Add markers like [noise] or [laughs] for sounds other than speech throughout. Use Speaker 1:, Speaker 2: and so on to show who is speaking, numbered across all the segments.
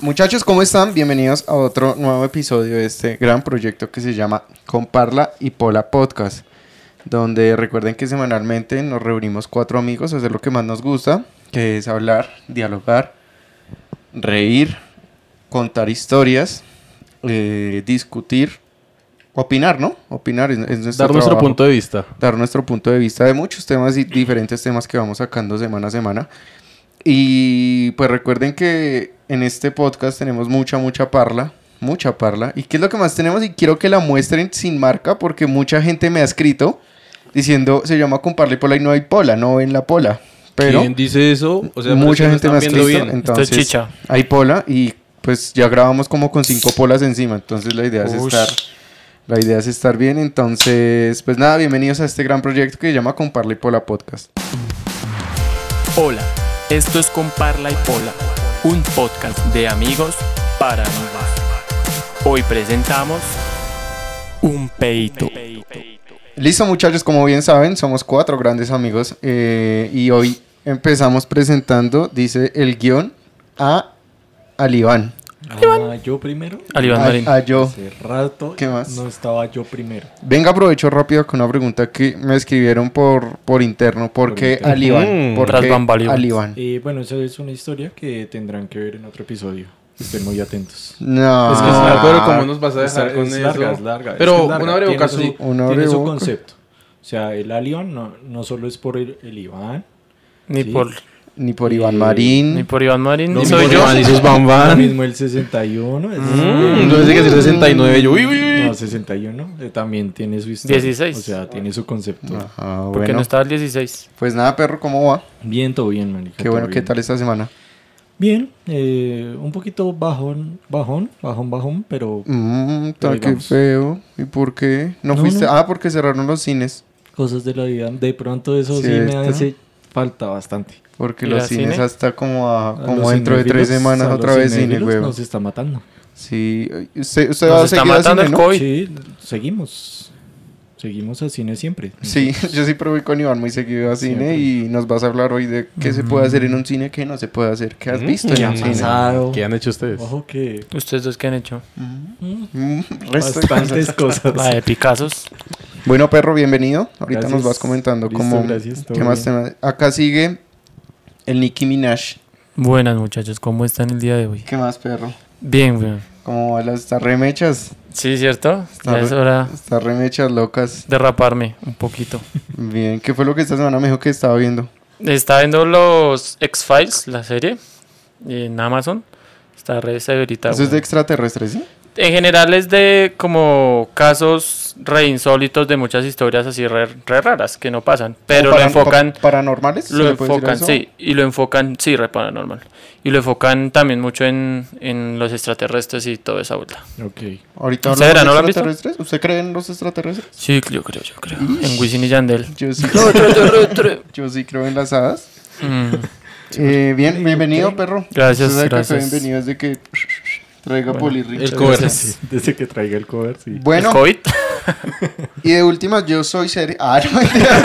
Speaker 1: Muchachos, ¿cómo están? Bienvenidos a otro nuevo episodio de este gran proyecto que se llama Comparla y Pola Podcast, donde recuerden que semanalmente nos reunimos cuatro amigos a hacer lo que más nos gusta, que es hablar, dialogar, reír, contar historias, eh, discutir, opinar, ¿no? Opinar es, es nuestro
Speaker 2: Dar nuestro
Speaker 1: Este trabajo
Speaker 2: punto de vista.
Speaker 1: dar nuestro punto de vista de muchos temas y diferentes temas que vamos sacando semana a semana. Y pues recuerden que en este podcast tenemos mucha, mucha parla, mucha parla. ¿Y qué es lo que más tenemos? Y quiero que la muestren sin marca porque mucha gente me ha escrito diciendo, se llama con parla y pola y no hay pola, no ven la pola. Pero
Speaker 2: ¿Quién dice eso? O sea,
Speaker 1: mucha
Speaker 2: pero es
Speaker 1: gente
Speaker 2: que no
Speaker 1: me ha
Speaker 2: están viendo
Speaker 1: escrito,
Speaker 2: bien.
Speaker 1: entonces
Speaker 3: Esto es chicha.
Speaker 1: hay pola y pues ya grabamos como con cinco polas encima, entonces la idea es
Speaker 3: Ush.
Speaker 1: estar... La idea es estar bien, entonces, pues nada, bienvenidos a este gran proyecto que se llama Comparla y Pola Podcast.
Speaker 3: Hola, esto es con Parla y Pola, un podcast de amigos para amigos. Hoy presentamos un peito.
Speaker 1: Listo muchachos, como bien saben, somos cuatro grandes amigos eh, y hoy empezamos presentando, dice el guión, a Alibán.
Speaker 4: Ah, yo primero.
Speaker 3: Al Iván Marín.
Speaker 1: A, a yo.
Speaker 4: Hace rato
Speaker 1: ¿Qué más?
Speaker 4: no estaba yo primero.
Speaker 1: Venga, aprovecho rápido con una pregunta que me escribieron por, por interno. ¿Por qué
Speaker 4: interno.
Speaker 1: Alibán?
Speaker 2: Mm.
Speaker 1: ¿Por
Speaker 3: Tras
Speaker 1: qué
Speaker 3: bambalinas.
Speaker 1: Alibán?
Speaker 4: Eh, bueno, esa es una historia que tendrán que ver en otro episodio. Estén muy atentos.
Speaker 1: No.
Speaker 2: Es que es largo, pero
Speaker 1: Ah,
Speaker 2: ¿cómo nos vas a
Speaker 4: Es,
Speaker 2: dejar con
Speaker 4: es
Speaker 2: eso?
Speaker 4: larga, es larga.
Speaker 2: Pero
Speaker 4: es que es larga.
Speaker 2: un abreboca
Speaker 4: Tiene,
Speaker 2: su-
Speaker 4: su,
Speaker 1: Un
Speaker 4: tiene su
Speaker 1: abreboca.
Speaker 4: concepto. O sea, el Alión no, no solo es por el, el Iván.
Speaker 3: Ni,
Speaker 4: Sí.
Speaker 3: por,
Speaker 1: Ni por Iván
Speaker 3: ni
Speaker 1: Marín.
Speaker 3: por Iván Marín,
Speaker 4: No,
Speaker 3: ni
Speaker 4: ni
Speaker 3: soy
Speaker 4: por
Speaker 3: yo.
Speaker 4: Iván.
Speaker 2: y sus bambán.
Speaker 4: Lo mismo el 61. es-
Speaker 2: Mm, yo pensé que es el 69. Yo, uy, uy, uy.
Speaker 4: No, 61. eh, también tiene su historia.
Speaker 3: 16.
Speaker 4: O sea, tiene su concepto.
Speaker 1: Ajá,
Speaker 3: Porque
Speaker 1: bueno.
Speaker 3: no estaba el 16.
Speaker 1: Pues nada, perro, ¿cómo va?
Speaker 4: Bien, todo bien, marica.
Speaker 1: Qué
Speaker 4: todo
Speaker 1: bueno, ¿qué
Speaker 4: bien.
Speaker 1: tal esta semana?
Speaker 4: Bien, eh, un poquito bajón, bajón, bajón, bajón, pero
Speaker 1: Mmm,
Speaker 4: Pero
Speaker 1: tan que
Speaker 4: digamos.
Speaker 1: feo. ¿Y por qué? ¿No,
Speaker 4: No,
Speaker 1: fuiste?
Speaker 4: no.
Speaker 1: Ah, porque cerraron los cines.
Speaker 4: cosas de la vida. De pronto eso sí
Speaker 1: Cierto.
Speaker 4: me hace falta bastante.
Speaker 1: Porque
Speaker 3: ¿Ir
Speaker 1: los
Speaker 3: al
Speaker 1: cines
Speaker 3: cine?
Speaker 1: hasta como, a-
Speaker 4: A
Speaker 1: como
Speaker 4: los
Speaker 1: dentro de tres
Speaker 4: cinéfilos,
Speaker 1: semanas
Speaker 4: a los
Speaker 1: otra vez cine,
Speaker 4: cinéfilos
Speaker 1: güey.
Speaker 4: Nos está matando.
Speaker 1: Sí, usted, usted va
Speaker 3: Nos
Speaker 1: a
Speaker 3: está
Speaker 1: seguir al
Speaker 3: matando
Speaker 1: cine,
Speaker 3: el
Speaker 1: ¿no?
Speaker 3: COVID. Hoy.
Speaker 4: Sí, seguimos. Seguimos al cine siempre.
Speaker 1: Sí, [laughs] yo sí probé con Iván muy seguido a cine y nos vas a hablar hoy de qué se puede hacer en un cine, qué no se puede hacer, qué has
Speaker 2: Ujú.
Speaker 1: visto en
Speaker 4: Ya
Speaker 1: un cine.
Speaker 4: pasado.
Speaker 2: ¿Qué han hecho ustedes?
Speaker 4: Ojo que
Speaker 3: ¿Ustedes dos qué han hecho?
Speaker 1: Mm, resto de [laughs] cosas.
Speaker 4: bastantes cosas.
Speaker 3: La de Picassos.
Speaker 1: Bueno, perro, bienvenido. Ahorita
Speaker 4: Gracias.
Speaker 1: nos vas comentando
Speaker 4: Listo,
Speaker 1: cómo
Speaker 4: gracias, todo
Speaker 1: qué más
Speaker 4: bien.
Speaker 1: temas. Acá sigue el Nicki Minaj.
Speaker 3: Buenas muchachos, ¿cómo están el día de hoy?
Speaker 1: ¿Qué más, perro?
Speaker 3: Bien, weón.
Speaker 1: Como van las estas remechas,
Speaker 3: Sí, ¿cierto?
Speaker 1: Está
Speaker 3: Ya
Speaker 1: re-
Speaker 3: es hora
Speaker 1: estas remechas locas.
Speaker 3: de raparme un poquito.
Speaker 1: Bien, ¿qué fue lo que esta semana me dijo que estaba viendo?
Speaker 3: Está viendo los X-Files, la serie, en Amazon. Está re severita.
Speaker 1: Eso es
Speaker 3: weón.
Speaker 1: de extraterrestres, ¿sí?
Speaker 3: En general es de como casos re insólitos de muchas historias así re, re raras que no pasan. Pero lo
Speaker 1: Paran-
Speaker 3: enfocan,
Speaker 1: pa- paranormales.
Speaker 3: lo
Speaker 1: ¿se le puede decir
Speaker 3: enfocan,
Speaker 1: eso?
Speaker 3: sí, y lo enfocan, sí, re paranormal. Y lo enfocan también mucho en, en los extraterrestres y toda esa vuelta.
Speaker 4: Ok.
Speaker 1: Ahorita
Speaker 3: ¿Ustedes
Speaker 1: hablamos
Speaker 3: no lo
Speaker 1: de
Speaker 3: han visto?
Speaker 1: extraterrestres. ¿Usted cree en los extraterrestres?
Speaker 3: Sí, yo creo, yo creo. En Wisin y Yandel.
Speaker 1: Yo sí, yo sí creo en las hadas.
Speaker 4: [laughs]
Speaker 3: Mm,
Speaker 1: Eh, bien, bienvenido, perro.
Speaker 3: Gracias,
Speaker 1: Usted sabe que
Speaker 3: gracias.
Speaker 1: fue bienvenido desde que traiga polirricha.
Speaker 2: el cover.
Speaker 4: [laughs]
Speaker 2: [laughs]
Speaker 3: gracias.
Speaker 4: Desde que traiga el cover, sí.
Speaker 3: ¿El
Speaker 1: Bueno,
Speaker 3: COVID?
Speaker 1: y de última, yo soy serio. Ah, no, [laughs] mentira.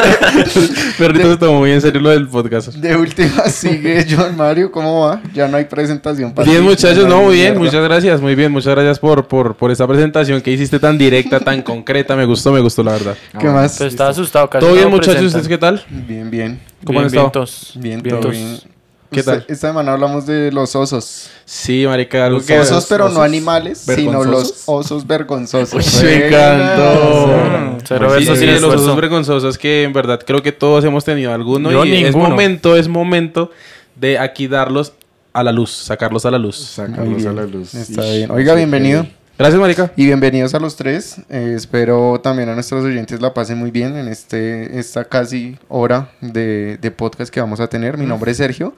Speaker 2: Perrito se tomó muy en serio lo del podcast.
Speaker 1: De última sigue John Mario. ¿Cómo va? Ya no hay presentación para
Speaker 2: Bien,
Speaker 1: ti,
Speaker 2: muchachos,
Speaker 1: ya
Speaker 2: no,
Speaker 1: hay
Speaker 2: muy bien,
Speaker 1: mierda.
Speaker 2: muchas gracias, muy bien, muchas gracias por, por, por esta presentación que hiciste tan directa, tan [laughs] concreta, me gustó, me gustó, la verdad.
Speaker 1: ¿Qué más?
Speaker 3: Pero estaba asustado casi.
Speaker 2: ¿Todo
Speaker 3: no
Speaker 2: bien,
Speaker 3: lo
Speaker 2: muchachos?
Speaker 3: presentan.
Speaker 2: ¿Ustedes qué tal?
Speaker 1: Bien, bien.
Speaker 2: ¿Cómo han
Speaker 3: Bien, pues,
Speaker 2: estado?
Speaker 3: vientos.
Speaker 1: Bien, todo
Speaker 3: Vientos.
Speaker 1: bien.
Speaker 2: ¿Qué
Speaker 1: Usted-
Speaker 2: tal?
Speaker 1: Esta semana hablamos de los osos.
Speaker 2: Sí, marica, algo
Speaker 1: Los
Speaker 2: que...
Speaker 1: osos, pero no animales, sino
Speaker 4: ¿Vergonzosos?
Speaker 1: los osos vergonzosos.
Speaker 2: Uy, me encantó.
Speaker 3: Mm, Cero
Speaker 2: Pues Sí, sí,
Speaker 3: versos sin
Speaker 2: de los
Speaker 3: esfuerzo.
Speaker 2: osos vergonzosos que en verdad creo que todos hemos tenido alguno
Speaker 3: Yo
Speaker 2: y es
Speaker 3: ninguno.
Speaker 2: momento, es momento de aquí darlos a la luz, sacarlos a la luz.
Speaker 1: Muy
Speaker 4: Sacarlos a
Speaker 1: bien,
Speaker 4: la luz.
Speaker 1: Está
Speaker 4: Ish,
Speaker 1: bien.
Speaker 4: no
Speaker 1: Oiga,
Speaker 4: sé
Speaker 1: bienvenido.
Speaker 2: Gracias, marica.
Speaker 1: Y bienvenidos a los tres. Eh, espero también a nuestros oyentes la pasen muy bien en este, esta casi hora de, de podcast que vamos a tener. Mi nombre es Sergio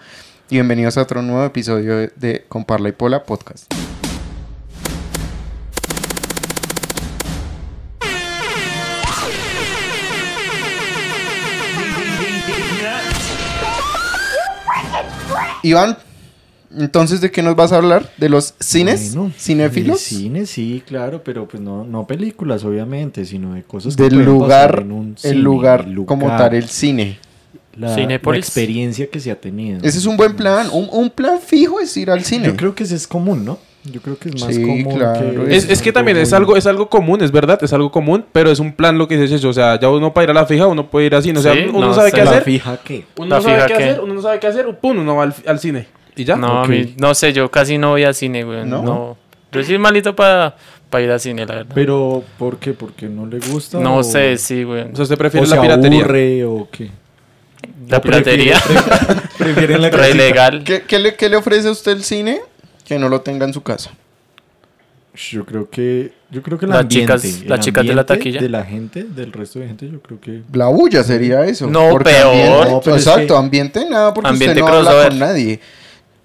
Speaker 1: y bienvenidos a otro nuevo episodio de, de Con Parla y Pola Podcast. Iván, Entonces, ¿de qué nos vas a hablar? ¿De los cines?
Speaker 4: Bueno,
Speaker 1: ¿Cinéfilos?
Speaker 4: de Cine, sí, claro, pero pues no, no películas, obviamente, sino de cosas
Speaker 1: Del
Speaker 4: pueden pasar
Speaker 1: lugar,
Speaker 4: en un
Speaker 1: el
Speaker 4: cine,
Speaker 1: lugar,
Speaker 4: el
Speaker 1: como
Speaker 4: lugar,
Speaker 1: tal, el cine.
Speaker 4: la, la
Speaker 3: Cinépolis.
Speaker 4: experiencia que se ha tenido.
Speaker 1: Ese es un buen plan. Un, un plan fijo es ir al cine.
Speaker 4: Yo creo que ese es común, ¿no? Yo creo que es más
Speaker 1: Sí,
Speaker 4: común.
Speaker 1: claro.
Speaker 2: Es, es que también es
Speaker 4: muy-
Speaker 2: algo, es algo común, es verdad, es algo común, pero es un plan lo que dices eso. O sea, ya uno para ir a la fija, uno puede ir así. O sea,
Speaker 3: Sí,
Speaker 2: uno no
Speaker 3: no
Speaker 2: sabe
Speaker 3: sé.
Speaker 2: qué
Speaker 4: La
Speaker 2: hacer.
Speaker 4: fija que.
Speaker 2: Uno
Speaker 3: La
Speaker 2: no sabe
Speaker 3: fija
Speaker 2: qué
Speaker 3: qué.
Speaker 2: hacer, uno no sabe qué hacer, pum, uno va al, al cine. Y ya.
Speaker 3: No,
Speaker 4: ok.
Speaker 3: a mí- no sé, yo casi no voy a cine, güey.
Speaker 1: ¿No?
Speaker 3: No. Yo soy malito para ir a cine, la verdad.
Speaker 4: Pero, ¿por qué? ¿Porque no le gusta?
Speaker 3: no
Speaker 4: o-
Speaker 3: sé, sí, güey.
Speaker 2: O sea, usted
Speaker 4: O
Speaker 2: prefiere
Speaker 4: se
Speaker 2: la piratería.
Speaker 4: aburre o qué.
Speaker 3: La piratería,
Speaker 4: [laughs] Prefieren la
Speaker 3: [laughs] re
Speaker 4: casita.
Speaker 3: legal.
Speaker 1: ¿Qué, qué le, qué le ofrece a usted el cine que no lo tenga en su casa?
Speaker 4: Yo creo que. Yo creo que el
Speaker 3: Las
Speaker 4: ambiente,
Speaker 3: chicas-
Speaker 4: el
Speaker 3: las chicas de la
Speaker 4: ambiente
Speaker 3: taquilla.
Speaker 4: De la gente, del resto de gente, yo creo
Speaker 1: [laughs]
Speaker 4: que.
Speaker 1: La bulla sería eso.
Speaker 3: No, peor.
Speaker 1: ambiente-
Speaker 4: No, pero es
Speaker 1: exacto,
Speaker 4: que-
Speaker 1: ambiente nada, porque usted
Speaker 3: Ambiente
Speaker 1: no habla
Speaker 3: crossover.
Speaker 1: con nadie.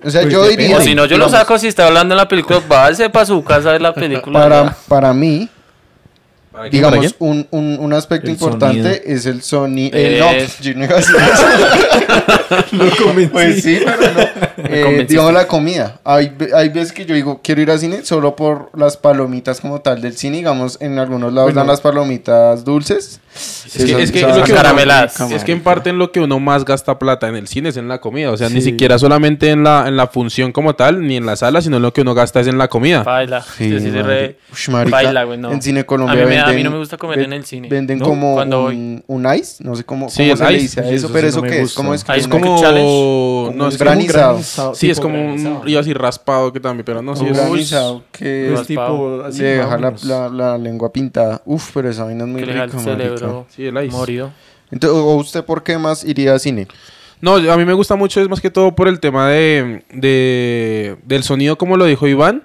Speaker 1: O sea,
Speaker 4: Pues
Speaker 1: yo
Speaker 4: depende.
Speaker 1: diría...
Speaker 3: O si no, yo lo
Speaker 1: digamos,
Speaker 3: saco si está hablando en la película. Váyase para su casa a ver la película.
Speaker 1: Para, para mí,
Speaker 2: ¿Para quién, para
Speaker 1: digamos,
Speaker 2: quién?
Speaker 1: un, un, un aspecto
Speaker 4: El
Speaker 1: importante
Speaker 4: sonido.
Speaker 1: es el sonido.
Speaker 3: Es-
Speaker 1: no, yo no iba a decir eso.
Speaker 4: Lo convencí.
Speaker 1: Pues sí,
Speaker 3: [laughs]
Speaker 1: pero no. Eh,
Speaker 3: convenciste.
Speaker 1: digamos la comida. Hay, ve- hay veces que yo digo, quiero ir al cine solo por las palomitas como tal del cine. Digamos, en algunos lados
Speaker 4: Bueno.
Speaker 1: dan las palomitas dulces.
Speaker 2: Es que, es que
Speaker 1: Esas-
Speaker 2: es lo que uno-
Speaker 3: carameladas.
Speaker 2: es que en parte en lo que uno más gasta plata en el cine es en la comida. O sea, ni
Speaker 4: Sí.
Speaker 2: siquiera solamente en la, en la función como tal, ni en la sala, sino en lo que uno gasta es en la comida.
Speaker 3: Baila. Este Sí, sí,
Speaker 1: madre.
Speaker 3: re-
Speaker 1: Ush, marica,
Speaker 3: baila, güey, no.
Speaker 1: En cine
Speaker 3: A
Speaker 1: Colombia
Speaker 3: mí me- a mí
Speaker 1: venden-
Speaker 3: no me gusta comer
Speaker 1: ve-
Speaker 3: en el cine.
Speaker 1: Venden
Speaker 4: ¿No?
Speaker 1: como
Speaker 3: Cuando voy.
Speaker 1: un, un ice, no sé cómo,
Speaker 2: Sí,
Speaker 1: cómo
Speaker 2: es
Speaker 1: se le
Speaker 2: ice.
Speaker 1: dice a
Speaker 4: Sí,
Speaker 1: eso,
Speaker 4: eso
Speaker 1: pero
Speaker 4: sí
Speaker 1: eso
Speaker 4: no me
Speaker 1: qué es,
Speaker 4: gusta.
Speaker 1: ¿cómo es que
Speaker 3: Ice
Speaker 2: Es
Speaker 1: llaman?
Speaker 2: como...
Speaker 3: como challenge.
Speaker 2: No, es que-
Speaker 1: gran- granizado.
Speaker 2: Sí, es como un río así raspado que también, pero no, sí
Speaker 1: Un
Speaker 2: es...
Speaker 1: granizado que
Speaker 4: Pues
Speaker 1: es-
Speaker 4: tipo. así,
Speaker 1: le deja la,
Speaker 4: vámonos.
Speaker 1: la- la lengua pintada. Uf, pero esa vaina es muy
Speaker 3: pues. que le da el
Speaker 1: rica, marica.
Speaker 3: cerebro
Speaker 2: Sí, el ice.
Speaker 3: morido.
Speaker 1: Entonces, ¿o usted por qué más iría a cine?
Speaker 2: No, yo- a mí me gusta mucho, es más que todo por el tema de, de- del sonido, como lo dijo Iván.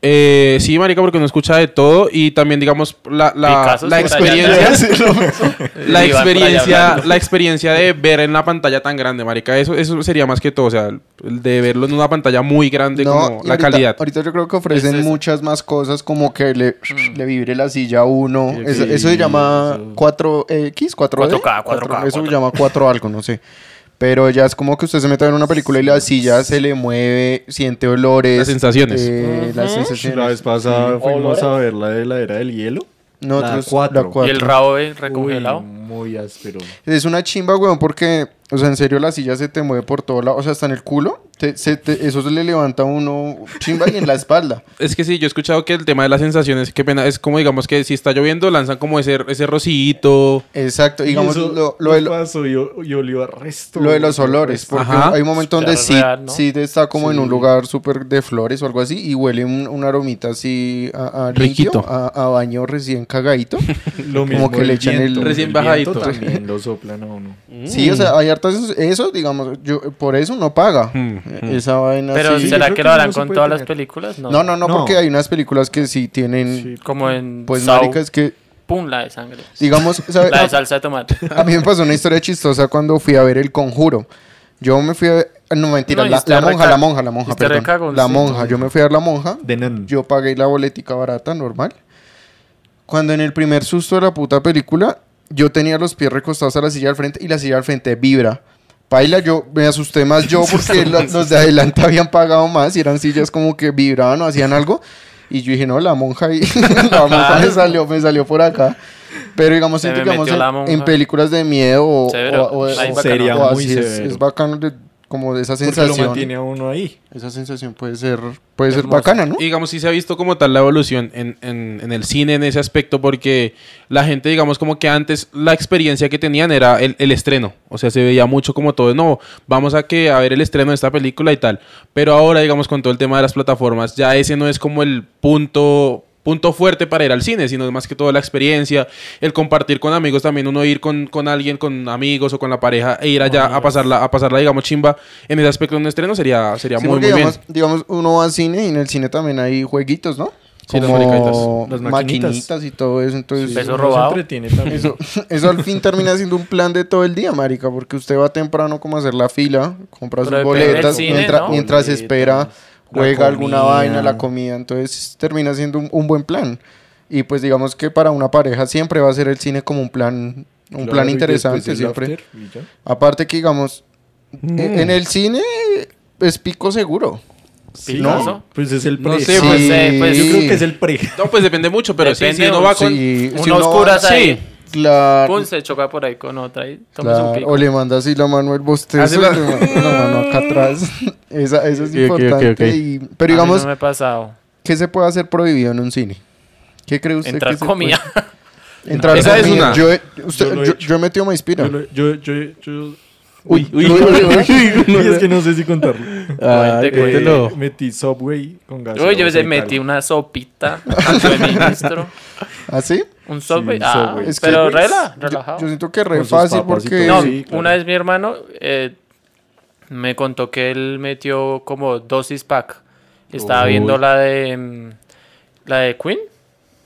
Speaker 2: Eh, sí, marica, porque uno escucha de todo y también, digamos, la, la-
Speaker 3: Picasso
Speaker 2: la
Speaker 1: Ah,
Speaker 3: es por allá.
Speaker 2: Pues, experiencia, [laughs] la
Speaker 3: Iván Eh, por allá
Speaker 2: experiencia,
Speaker 3: hablando.
Speaker 2: la experiencia de ver en la pantalla tan grande, marica, eso, eso sería más que todo, o sea, el- el de verlo en una pantalla muy grande,
Speaker 1: No,
Speaker 2: como
Speaker 1: y
Speaker 2: la
Speaker 1: ahorita,
Speaker 2: calidad.
Speaker 1: Ahorita yo creo que ofrecen
Speaker 3: Es eso.
Speaker 1: muchas más cosas, como que le, le vibre la silla a uno.
Speaker 4: Sí,
Speaker 1: eso,
Speaker 4: sí,
Speaker 1: eso se llama
Speaker 4: eso.
Speaker 1: 4X, 4D.
Speaker 3: 4K, 4K,
Speaker 1: Cuatro- E, Eso se
Speaker 3: 4K.
Speaker 1: llama 4 algo, no sé. Pero ya es como que usted se mete en una película y la silla se le mueve, siente olores.
Speaker 2: Las sensaciones.
Speaker 1: eh, Las
Speaker 4: La vez
Speaker 1: sensaciones.
Speaker 4: pasada fuimos a ver la de la era del hielo.
Speaker 1: Nosotros-
Speaker 4: La cuatro.
Speaker 1: la
Speaker 3: Y
Speaker 1: cuatro.
Speaker 3: el rabo eh,
Speaker 4: Uy,
Speaker 3: recongelado.
Speaker 4: muy áspero.
Speaker 1: Es una chimba, weón, porque, o sea, en serio, la silla se te mueve por todo lado, o sea, hasta en el culo. te- se te- eso se le levanta a uno chimba y en la espalda.
Speaker 2: Es que sí, yo he escuchado que el tema de las sensaciones, qué pena, es como digamos que si está lloviendo, lanzan como ese, ese rocillito.
Speaker 1: Exacto, digamos,
Speaker 4: Y eso
Speaker 1: lo, lo de
Speaker 4: nos
Speaker 1: lo-
Speaker 4: pasó y, y olió a resto.
Speaker 1: Lo de los olores, porque
Speaker 2: Ajá.
Speaker 1: hay un momento donde
Speaker 3: Claro,
Speaker 1: sí,
Speaker 3: real, ¿no?
Speaker 1: sí está como en un lugar súper de flores o algo así y huele un, un aromita así a, a limpio,
Speaker 2: Riquito.
Speaker 1: a, a baño recién
Speaker 3: [laughs]
Speaker 1: cagadito.
Speaker 4: pues, Lo mismo
Speaker 1: pues, que le echan el-
Speaker 2: Recién
Speaker 4: viento
Speaker 2: bajadito.
Speaker 4: También lo soplan a uno.
Speaker 1: sí, o sea, hay hartas eso, eso, digamos, yo por eso no paga.
Speaker 2: Mm,
Speaker 1: Eh, Esa vaina
Speaker 3: Pero
Speaker 1: sí.
Speaker 3: [laughs]
Speaker 4: yo
Speaker 3: ¿será
Speaker 4: creo
Speaker 3: que
Speaker 4: que
Speaker 3: lo
Speaker 4: no
Speaker 3: harán
Speaker 4: se
Speaker 3: con
Speaker 4: puede
Speaker 3: todas las
Speaker 4: tener.
Speaker 3: películas? No.
Speaker 1: no, no, no,
Speaker 4: No.
Speaker 1: porque hay unas películas que sí tienen
Speaker 4: Sí.
Speaker 3: Como en
Speaker 1: pues
Speaker 3: Saw,
Speaker 1: marica es que
Speaker 3: pum, la de sangre. [laughs]
Speaker 1: digamos, ¿sabe?
Speaker 3: La de salsa de tomate.
Speaker 1: [laughs] A mí me pasó una historia chistosa cuando fui a ver El Conjuro. Yo me fui a ver... No, mentira,
Speaker 3: No, y
Speaker 1: la,
Speaker 3: usted
Speaker 1: la monja,
Speaker 3: reca-
Speaker 1: la monja, la monja,
Speaker 3: usted
Speaker 1: perdón.
Speaker 3: recagó,
Speaker 1: la
Speaker 3: sí.
Speaker 1: monja, yo me fui a ver La Monja.
Speaker 4: De nan.
Speaker 1: Yo pagué la boletica barata, normal. Cuando en el primer susto de la puta película, yo tenía los pies recostados a la silla al frente y la silla al frente vibra. Paila, yo me asusté más
Speaker 3: [laughs]
Speaker 1: yo porque lo- los de adelante habían pagado más y eran sillas como que vibraban o hacían algo. Y yo dije, no, la monja ahí, [laughs] la monja me salió, me salió por acá. Pero digamos,
Speaker 3: Se
Speaker 1: siento
Speaker 3: me
Speaker 1: que, digamos,
Speaker 3: metió la
Speaker 1: en,
Speaker 3: monja.
Speaker 1: en películas de miedo o,
Speaker 3: Severo.
Speaker 1: o- o-
Speaker 3: Ahí
Speaker 1: o-
Speaker 3: bacano.
Speaker 4: Sería
Speaker 1: o
Speaker 4: muy
Speaker 1: así es,
Speaker 4: severo.
Speaker 1: es bacano de- como de esa
Speaker 4: Porque lo
Speaker 1: sensación.
Speaker 4: mantiene a uno ahí.
Speaker 1: Esa sensación puede ser, puede ser
Speaker 3: Hermoso.
Speaker 1: bacana, ¿no?
Speaker 2: Y digamos, sí se ha visto como tal la evolución en, en- en el cine en ese aspecto, porque la gente, digamos, como que antes la experiencia que tenían era el, el estreno. O sea, se veía mucho como todo, no, vamos a, que, a ver el estreno de esta película y tal. Pero ahora, digamos, con todo el tema de las plataformas, ya ese no es como el punto punto fuerte para ir al cine, sino más que todo la experiencia, el compartir con amigos también, uno ir con, con alguien, con amigos o con la pareja e ir allá a pasarla, a pasarla, digamos, chimba, en ese aspecto de un estreno sería, sería
Speaker 1: Sí,
Speaker 2: muy,
Speaker 1: porque
Speaker 2: muy bien.
Speaker 1: digamos, digamos, uno va al cine y en el cine también hay jueguitos, ¿no?
Speaker 2: Sí, las
Speaker 1: Como
Speaker 2: maquinitas.
Speaker 4: Las
Speaker 1: maquinitas.
Speaker 4: maquinitas.
Speaker 1: y todo eso. Entonces,
Speaker 3: Beso
Speaker 4: uno se
Speaker 3: robado.
Speaker 4: entretiene también.
Speaker 1: eso, eso al fin termina siendo un plan de todo el día, marica, porque usted va temprano como a hacer la fila, compra
Speaker 3: Pero
Speaker 1: sus
Speaker 3: depende del
Speaker 1: boletas,
Speaker 3: cine,
Speaker 1: mientras,
Speaker 3: ¿no?
Speaker 1: mientras espera,
Speaker 4: La
Speaker 1: juega alguna
Speaker 4: comida.
Speaker 1: vaina, la comida, entonces termina siendo un, un buen plan. Y pues digamos que para una pareja siempre va a ser el cine como un plan, [laughs] un
Speaker 4: Claro,
Speaker 1: plan
Speaker 4: y después
Speaker 1: interesante,
Speaker 4: el
Speaker 1: siempre.
Speaker 4: after y ya.
Speaker 1: Aparte que digamos, e- en el cine es pico seguro.
Speaker 4: Sí,
Speaker 1: ¿no?
Speaker 4: ¿no? Pues es el pre.
Speaker 2: No sé,
Speaker 3: pues,
Speaker 1: Sí.
Speaker 3: eh, pues-
Speaker 4: Yo creo que es el
Speaker 1: [laughs]
Speaker 4: pre.
Speaker 2: No, pues depende mucho, pero sí,
Speaker 3: Depende,
Speaker 2: si uno va
Speaker 3: sí.
Speaker 2: con...
Speaker 1: Sí,
Speaker 3: una oscura
Speaker 1: va-
Speaker 3: ahí.
Speaker 1: Sí, claro.
Speaker 3: Pum, se choca por ahí con otra y tomas
Speaker 1: Ah, claro,
Speaker 3: un pico.
Speaker 1: O le manda así la mano al bostezo
Speaker 2: Hace
Speaker 1: y
Speaker 2: la-
Speaker 1: le manda la mano acá
Speaker 3: [laughs]
Speaker 1: atrás. Esa, eso es
Speaker 2: Ok, ok, ok,
Speaker 1: importante.
Speaker 2: ok.
Speaker 1: y-
Speaker 3: A mí
Speaker 1: pero digamos,
Speaker 3: no me ha pasado.
Speaker 1: ¿qué se puede hacer prohibido en un cine? ¿Qué cree usted?
Speaker 3: Entrar
Speaker 1: que se
Speaker 3: comida.
Speaker 1: puede- Entrar
Speaker 2: Esa es
Speaker 1: comida.
Speaker 2: una.
Speaker 1: Yo he, usted-
Speaker 4: Yo lo he
Speaker 1: yo-
Speaker 4: hecho.
Speaker 1: yo he metido maíz pira.
Speaker 4: Yo, lo- yo, yo, yo-
Speaker 1: Uy, [laughs] uy,
Speaker 3: [laughs]
Speaker 4: Y [laughs] es que no sé si contarlo.
Speaker 2: Ah,
Speaker 3: Cuente,
Speaker 2: eh,
Speaker 4: Eh,
Speaker 2: cuéntelo.
Speaker 4: metí Subway con gas.
Speaker 3: [laughs] Uy, yo se metí
Speaker 1: [laughs]
Speaker 3: una sopita al buen ministro.
Speaker 1: ¿Ah, sí?
Speaker 3: Un subway.
Speaker 4: un
Speaker 3: Ah,
Speaker 4: Subway.
Speaker 1: Es que- pues,
Speaker 3: pero rela,
Speaker 1: Yo-
Speaker 3: relajado.
Speaker 1: Yo, siento que es re
Speaker 4: Con sus
Speaker 1: fácil
Speaker 4: papas y
Speaker 1: porque...
Speaker 4: todo.
Speaker 3: no,
Speaker 4: sí, claro.
Speaker 3: una vez mi hermano eh, me contó que él metió como dosis pack. Estaba
Speaker 2: Uy.
Speaker 3: viendo la de mm, la de Queen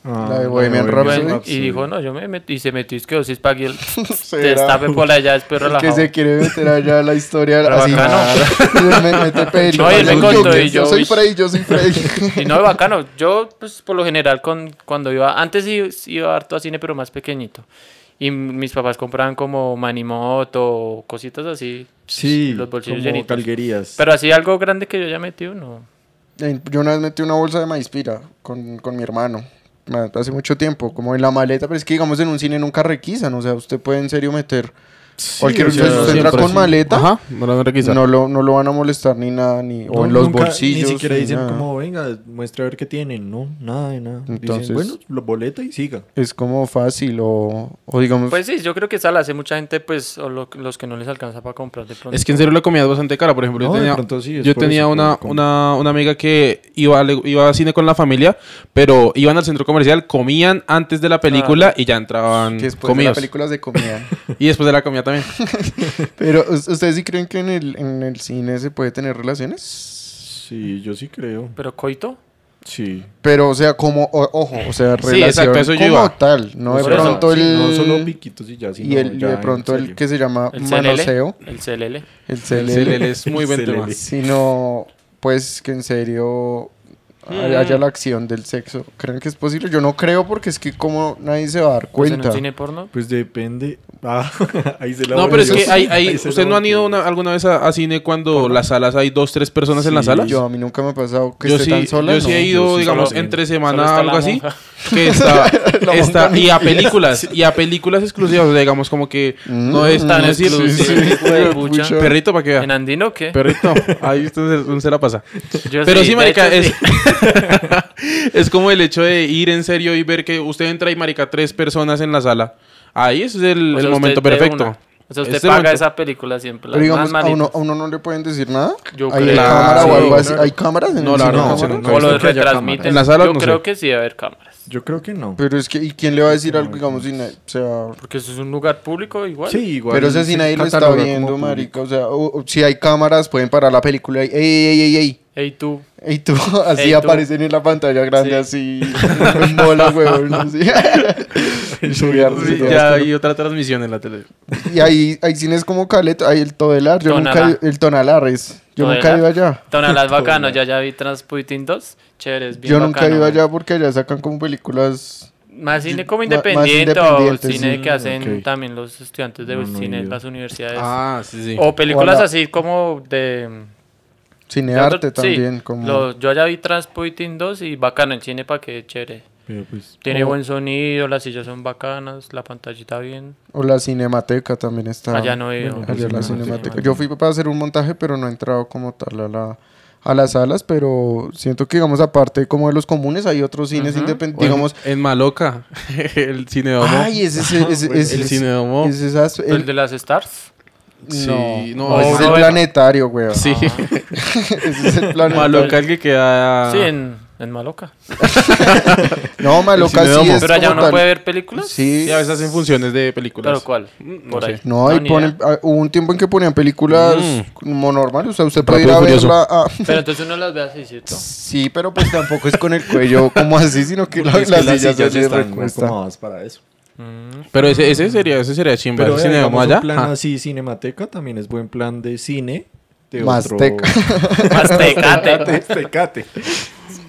Speaker 1: La de Bohemian
Speaker 4: Ah,
Speaker 1: Rhapsody.
Speaker 3: Bueno, y dijo, no, yo me metí y se metió es que dosis pack
Speaker 1: [laughs]
Speaker 3: y el
Speaker 1: Será
Speaker 3: destape por allá después
Speaker 1: el que
Speaker 3: relajado.
Speaker 1: se quiere meter allá la historia
Speaker 3: Pero
Speaker 1: así. [laughs]
Speaker 3: bacano.
Speaker 1: me mete peli.
Speaker 3: [laughs] No, y me
Speaker 1: Yo-
Speaker 3: contó,
Speaker 1: yo,
Speaker 3: y yo-
Speaker 1: soy Freddy, yo soy Freddy.
Speaker 3: [laughs]
Speaker 1: [laughs]
Speaker 3: Y no, bacano. Yo, pues, por lo general, con, cuando iba... Antes i- iba harto a cine, pero más pequeñito. Y m- mis papás compraban como manimoto, cositas así.
Speaker 4: Sí,
Speaker 3: pues, Los bolsillos
Speaker 4: como
Speaker 3: llenitos.
Speaker 4: calguerías.
Speaker 3: Pero así algo grande que yo ya metí, no.
Speaker 1: yo una vez metí una bolsa de maíz pira con, con mi hermano. ma- Hace mucho tiempo, como en la maleta, pero es que digamos en un cine nunca requisan, o sea, usted puede en serio meter cualquier
Speaker 4: o sea,
Speaker 1: entonces usted entra
Speaker 2: siempre
Speaker 1: con
Speaker 2: sí.
Speaker 1: maleta,
Speaker 2: Ajá, no lo van a requisar.
Speaker 1: no lo, no lo van a molestar ni nada, ni, o
Speaker 4: No,
Speaker 1: en los
Speaker 4: nunca-
Speaker 1: bolsillos.
Speaker 4: Ni siquiera dicen
Speaker 1: nada.
Speaker 4: como, venga, muestra a ver qué tienen. No, nada de nada.
Speaker 1: Entonces-
Speaker 4: dicen, bueno, lo boleta y siga.
Speaker 1: Es como fácil, o, o digamos,
Speaker 3: Pues sí, yo creo que esa la hace mucha gente, pues, o lo- los que no les alcanza para comprar de pronto.
Speaker 2: Es que en serio la comida es bastante cara. Por ejemplo,
Speaker 4: No,
Speaker 2: yo
Speaker 4: de
Speaker 2: tenía,
Speaker 4: pronto sí, es
Speaker 2: yo
Speaker 4: por
Speaker 2: tenía
Speaker 4: eso,
Speaker 2: una,
Speaker 4: por-
Speaker 2: una, una amiga que iba, a- iba a cine con la familia, pero iban al centro comercial, comían antes de la película y ya entraban
Speaker 1: que después de las
Speaker 2: comidos.
Speaker 1: películas de comida.
Speaker 2: y después de la comida también.
Speaker 1: Pero, ¿us- ¿ustedes sí creen que en el, en el cine se puede tener relaciones?
Speaker 4: Sí, yo sí creo.
Speaker 3: Pero coito,
Speaker 4: Sí.
Speaker 1: Pero, o sea, como, o- ojo, o sea,
Speaker 2: Sí,
Speaker 1: relación
Speaker 2: exacto, eso yo
Speaker 1: como
Speaker 2: iba.
Speaker 1: tal. No de
Speaker 3: Por eso,
Speaker 1: pronto
Speaker 4: sí,
Speaker 1: el...
Speaker 4: No solo piquitos y ya, sino
Speaker 1: y, el, y
Speaker 4: ya
Speaker 1: de
Speaker 4: en
Speaker 1: pronto el
Speaker 4: serio.
Speaker 1: que se llama
Speaker 3: el CLL.
Speaker 1: Ah, manoseo,
Speaker 3: El CLL.
Speaker 1: el
Speaker 2: El
Speaker 1: CLL,
Speaker 2: CLL es muy buen
Speaker 4: CLL.
Speaker 2: tema.
Speaker 1: sino pues que en serio hay-
Speaker 3: Mm.
Speaker 1: haya la acción del sexo. ¿Creen que es posible? Yo no creo porque es que como nadie se va a dar
Speaker 3: Pues en
Speaker 1: cuenta.
Speaker 3: un cine porno.
Speaker 4: Pues depende. [laughs] Ah, ahí se la
Speaker 2: No, pero es que
Speaker 4: volteó.
Speaker 2: hay, hay,
Speaker 4: Ahí se la
Speaker 2: ¿usted no han ido
Speaker 4: volteó.
Speaker 2: una- alguna vez a, a cine cuando las salas hay dos, tres personas en
Speaker 4: Sí,
Speaker 2: las salas?
Speaker 1: yo a mí nunca me ha pasado que
Speaker 2: pues. Yo
Speaker 1: esté
Speaker 2: sí,
Speaker 1: tan sola.
Speaker 2: yo sí
Speaker 1: no.
Speaker 2: he ido,
Speaker 4: Yo sí
Speaker 2: digamos,
Speaker 4: solo-
Speaker 2: entre
Speaker 3: solo
Speaker 2: semana
Speaker 3: está
Speaker 2: algo
Speaker 3: la
Speaker 2: así.
Speaker 3: monja.
Speaker 2: Que está,
Speaker 1: monja
Speaker 2: está- y a películas, y a películas exclusivas, o sea, digamos como que no es
Speaker 1: Mm,
Speaker 2: tan
Speaker 1: [laughs]
Speaker 3: no,
Speaker 2: exclusivo.
Speaker 3: sí, sí. Hijo de pucha.
Speaker 1: Pucha.
Speaker 2: Perrito para que
Speaker 3: ¿En
Speaker 2: vea.
Speaker 3: Andino o qué?
Speaker 2: Perrito, ahí usted se, se la pasa.
Speaker 3: Yo
Speaker 2: Pero sí,
Speaker 3: de
Speaker 2: marica,
Speaker 3: hecho,
Speaker 2: es,
Speaker 3: sí.
Speaker 2: [laughs] es como el hecho de ir en serio y ver que usted entra y marica tres personas en la sala. Ahí es el,
Speaker 3: O sea,
Speaker 2: el
Speaker 3: usted
Speaker 2: momento
Speaker 3: de
Speaker 2: perfecto.
Speaker 3: una. O sea, usted
Speaker 2: Este
Speaker 3: paga
Speaker 2: momento.
Speaker 3: esa película siempre.
Speaker 1: Pero
Speaker 3: Las
Speaker 1: digamos,
Speaker 3: más
Speaker 1: a uno,
Speaker 3: malitas.
Speaker 1: a uno no le pueden decir nada.
Speaker 3: Yo
Speaker 1: ¿Hay
Speaker 3: creo.
Speaker 1: cámara o
Speaker 2: Sí,
Speaker 1: algo así?
Speaker 4: claro.
Speaker 1: ¿Hay cámaras en
Speaker 2: No,
Speaker 1: el
Speaker 2: la
Speaker 1: cine?
Speaker 2: verdad no,
Speaker 1: ¿Cámara?
Speaker 2: sí, no.
Speaker 3: O lo
Speaker 4: Creo que haya
Speaker 3: retransmiten.
Speaker 4: cámaras.
Speaker 2: En las salas
Speaker 3: Yo
Speaker 2: no sé.
Speaker 3: creo que sí debe haber cámaras.
Speaker 4: Yo creo que no.
Speaker 1: Pero es que, ¿y quién le va a decir algo, digamos, sin... O sea,
Speaker 3: Porque eso es un lugar público igual.
Speaker 4: Sí, igual.
Speaker 1: Pero eso
Speaker 4: se
Speaker 1: si nadie lo está
Speaker 4: cataloga como
Speaker 1: viendo,
Speaker 4: público.
Speaker 1: marica. O sea, o- o si hay cámaras, pueden parar la película y... ¡Ey, ey, ey, ey!
Speaker 3: Ey, tú.
Speaker 1: Y tú, [laughs] así
Speaker 3: Ey, tú.
Speaker 1: aparecen en la pantalla grande,
Speaker 3: [laughs]
Speaker 1: así... En bola, huevón, así. y, [laughs] subir,
Speaker 2: Sí,
Speaker 1: subir.
Speaker 2: ya hay otra transmisión en la tele.
Speaker 1: Y hay, hay cines como Caleta, hay el Todelar. Yo
Speaker 3: Tonalá.
Speaker 1: nunca... El Tonalar es. Yo nunca he ido
Speaker 3: ¿Todelar?
Speaker 1: allá.
Speaker 3: Tonalás bacano. Ya ya vi Transputin 2. Chévere, es bien
Speaker 1: Yo nunca he
Speaker 3: bacano,
Speaker 1: ido
Speaker 3: man.
Speaker 1: allá porque allá sacan como películas...
Speaker 3: Más cine como
Speaker 1: Ma- más
Speaker 3: independiente, o
Speaker 1: independiente,
Speaker 3: cine
Speaker 1: sí.
Speaker 3: que hacen
Speaker 4: ok.
Speaker 3: también los estudiantes de
Speaker 4: No, no he
Speaker 3: cine en
Speaker 4: ido.
Speaker 3: las universidades.
Speaker 2: Ah, sí, sí.
Speaker 3: O películas
Speaker 1: Hola.
Speaker 3: así como de... de otro-
Speaker 1: Cinearte
Speaker 3: sí,
Speaker 1: también, como...
Speaker 3: lo- yo ya vi Transputin 2 y bacano el cine para que chévere.
Speaker 4: Pero pues,
Speaker 3: Tiene
Speaker 1: O-
Speaker 3: buen sonido, las sillas son bacanas, la pantallita bien.
Speaker 1: O la Cinemateca también está.
Speaker 3: Allá Ah, no pues, he ido.
Speaker 4: bueno, La
Speaker 1: Allá la
Speaker 4: Cinemateca.
Speaker 1: Cinemateca. Yo fui para hacer un montaje, pero no he entrado como tal a, la, a las salas, pero siento que, digamos, aparte como de los comunes, hay otros cines independientes,
Speaker 2: O en-
Speaker 1: digamos...
Speaker 2: en, Maloca, [laughs] el cineomo.
Speaker 1: Ay, ese es... ese-
Speaker 4: bueno,
Speaker 1: ese-
Speaker 2: [laughs] el
Speaker 1: ese-
Speaker 2: Cinedomo.
Speaker 1: ese es as-
Speaker 3: El,
Speaker 1: el-
Speaker 3: de las Stars.
Speaker 1: No,
Speaker 2: Sí,
Speaker 1: no,
Speaker 2: no,
Speaker 1: ese es
Speaker 3: no,
Speaker 1: el
Speaker 3: no,
Speaker 1: planetario, güey.
Speaker 2: sí.
Speaker 1: [laughs] Ese es
Speaker 3: [laughs]
Speaker 1: el planetario.
Speaker 2: Maloca el que queda.
Speaker 1: Ah.
Speaker 3: Sí, en, en Maloca.
Speaker 1: No, Maloca
Speaker 2: El
Speaker 1: sí
Speaker 2: Cinedomo.
Speaker 1: es
Speaker 3: Pero allá
Speaker 1: como
Speaker 3: uno
Speaker 1: tal.
Speaker 3: puede ver películas.
Speaker 1: Sí.
Speaker 2: Y a veces hacen funciones de películas.
Speaker 3: ¿Pero cuál?
Speaker 2: Mm,
Speaker 3: Por
Speaker 2: no
Speaker 3: ahí.
Speaker 2: sé.
Speaker 1: No,
Speaker 3: No,
Speaker 1: y
Speaker 3: ni
Speaker 1: ponen, ah, hubo un tiempo en que ponían películas
Speaker 2: Mm.
Speaker 1: como normal, o sea, usted puede ir
Speaker 2: Rápido
Speaker 1: a
Speaker 2: y Furioso.
Speaker 1: verla ah, a- [laughs]
Speaker 3: Pero entonces uno las ve así, ¿cierto?
Speaker 1: Sí, pero pues tampoco es con el cuello [laughs] como así, sino que la,
Speaker 4: porque es que
Speaker 1: [laughs] las sillas
Speaker 4: sillas
Speaker 1: así
Speaker 4: están
Speaker 1: recuestan.
Speaker 4: acomodadas para eso.
Speaker 3: Mm.
Speaker 2: Pero ese, ese sería, ese sería chimba.
Speaker 4: Pero
Speaker 2: ese
Speaker 4: eh,
Speaker 2: cineomo
Speaker 4: digamos,
Speaker 2: allá.
Speaker 4: un plan
Speaker 2: Ah.
Speaker 4: así, Cinemateca también es buen plan de cine. De [laughs]
Speaker 1: Masteca.
Speaker 4: Otro...
Speaker 1: [laughs]
Speaker 3: Más tecate.
Speaker 4: Tecate.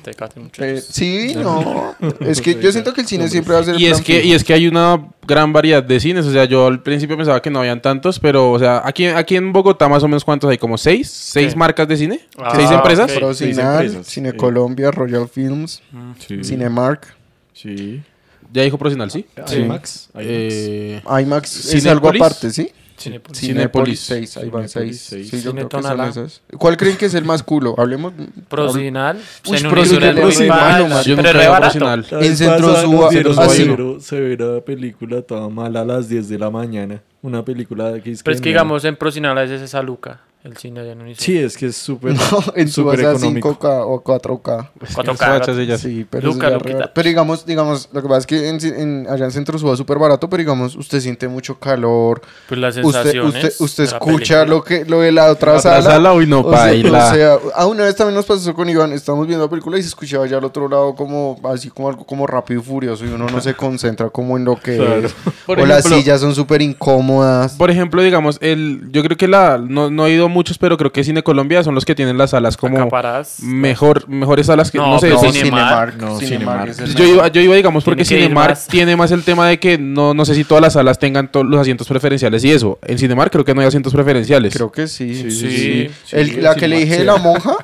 Speaker 3: Tecate,
Speaker 1: Eh,
Speaker 4: pues,
Speaker 3: muchachos.
Speaker 1: sí, no. [laughs] Es que yo siento que el cine siempre va a ser el
Speaker 2: Y es,
Speaker 1: plan
Speaker 2: que,
Speaker 1: fijo.
Speaker 2: y es que hay una gran variedad de cines. O sea, yo al principio pensaba que no habían tantos, pero, o sea, aquí, aquí en Bogotá más o menos cuántos hay, como seis, seis
Speaker 3: Sí.
Speaker 2: marcas de cine,
Speaker 3: Ah,
Speaker 2: seis empresas.
Speaker 3: ok.
Speaker 5: Seis
Speaker 1: Procinal,
Speaker 5: empresas.
Speaker 1: Cine Colombia, Royal Films,
Speaker 5: Sí.
Speaker 1: Cinemark,
Speaker 5: Sí.
Speaker 2: Ya dijo Procinal, sí.
Speaker 1: Sí.
Speaker 4: Max.
Speaker 5: Hay
Speaker 2: Eh,
Speaker 1: IMAX. Es
Speaker 2: Cinépolis.
Speaker 1: algo aparte, ¿sí?
Speaker 3: Cinepolis.
Speaker 2: Cinépolis.
Speaker 1: seis, ahí van
Speaker 5: Cinépolis,
Speaker 1: seis.
Speaker 5: seis.
Speaker 1: Sí, yo creo que son
Speaker 3: Cinetonalá.
Speaker 1: esas. ¿Cuál creen que es el más culo? Hablemos. [laughs]
Speaker 3: Procinal.
Speaker 1: Uy,
Speaker 3: Zenunic,
Speaker 1: Procinal,
Speaker 3: Zenunic,
Speaker 1: Procinal,
Speaker 3: Zenunic,
Speaker 1: man.
Speaker 2: yo
Speaker 3: Pero
Speaker 2: nunca
Speaker 3: re
Speaker 2: había
Speaker 3: barato.
Speaker 2: Procinal.
Speaker 1: En Centro Suba-
Speaker 5: Suba.
Speaker 1: Centro Suba hay uno.
Speaker 5: Se verá película toda mala a las 10 de la mañana. Una película que es
Speaker 3: Pero es que
Speaker 5: no-
Speaker 3: digamos en Procinal a veces es a Luca, el cine allá en Unicel.
Speaker 5: Sí, es que es súper.
Speaker 1: en su
Speaker 5: súper
Speaker 1: a
Speaker 5: económico.
Speaker 1: 5K o 4K.
Speaker 3: Cuatro
Speaker 2: esas
Speaker 3: caras.
Speaker 2: fachas ellas.
Speaker 1: Sí, pero, eso
Speaker 3: Luca,
Speaker 1: ya
Speaker 3: Luquita.
Speaker 1: re- pero digamos, digamos, lo que pasa es que en, en- allá en Centro Suba es súper barato, pero digamos, usted siente mucho calor,
Speaker 3: Pues las
Speaker 1: usted,
Speaker 3: sensaciones.
Speaker 1: usted, usted
Speaker 3: de la
Speaker 1: escucha
Speaker 3: película.
Speaker 1: lo que lo de la otra sala.
Speaker 2: Atrasala, uy, no,
Speaker 1: O sea,
Speaker 2: paila.
Speaker 1: o sea, ah, una vez también nos pasó con Iván, estábamos viendo la película y se escuchaba allá al otro lado como así como algo como rápido y furioso y uno no se concentra como en lo que
Speaker 5: Claro.
Speaker 1: es.
Speaker 2: Por
Speaker 1: o las
Speaker 2: ejemplo-
Speaker 1: sillas son súper incómodas.
Speaker 2: Por ejemplo, digamos, el, yo creo que la, no, no he ido muchos, pero creo que Cine Colombia son los que tienen las salas como
Speaker 3: Acaparadas.
Speaker 2: mejor, mejores salas que, no,
Speaker 3: No,
Speaker 2: sé,
Speaker 3: pero
Speaker 2: son-
Speaker 3: Cinemark.
Speaker 5: No, Cinemark.
Speaker 1: es el
Speaker 2: yo
Speaker 1: mejor.
Speaker 2: iba, yo iba, digamos, porque
Speaker 3: Tiene que ir
Speaker 2: Cinemark
Speaker 3: más.
Speaker 2: tiene más el tema de que no, no sé si todas las salas tengan todos los asientos preferenciales y eso. En Cinemark creo que no hay asientos preferenciales.
Speaker 1: Creo que [laughs] sí.
Speaker 5: Sí,
Speaker 3: sí, sí.
Speaker 1: El-
Speaker 5: Sí,
Speaker 1: la
Speaker 5: sí,
Speaker 1: que le
Speaker 5: Max,
Speaker 1: dije de
Speaker 5: sí.
Speaker 1: la monja,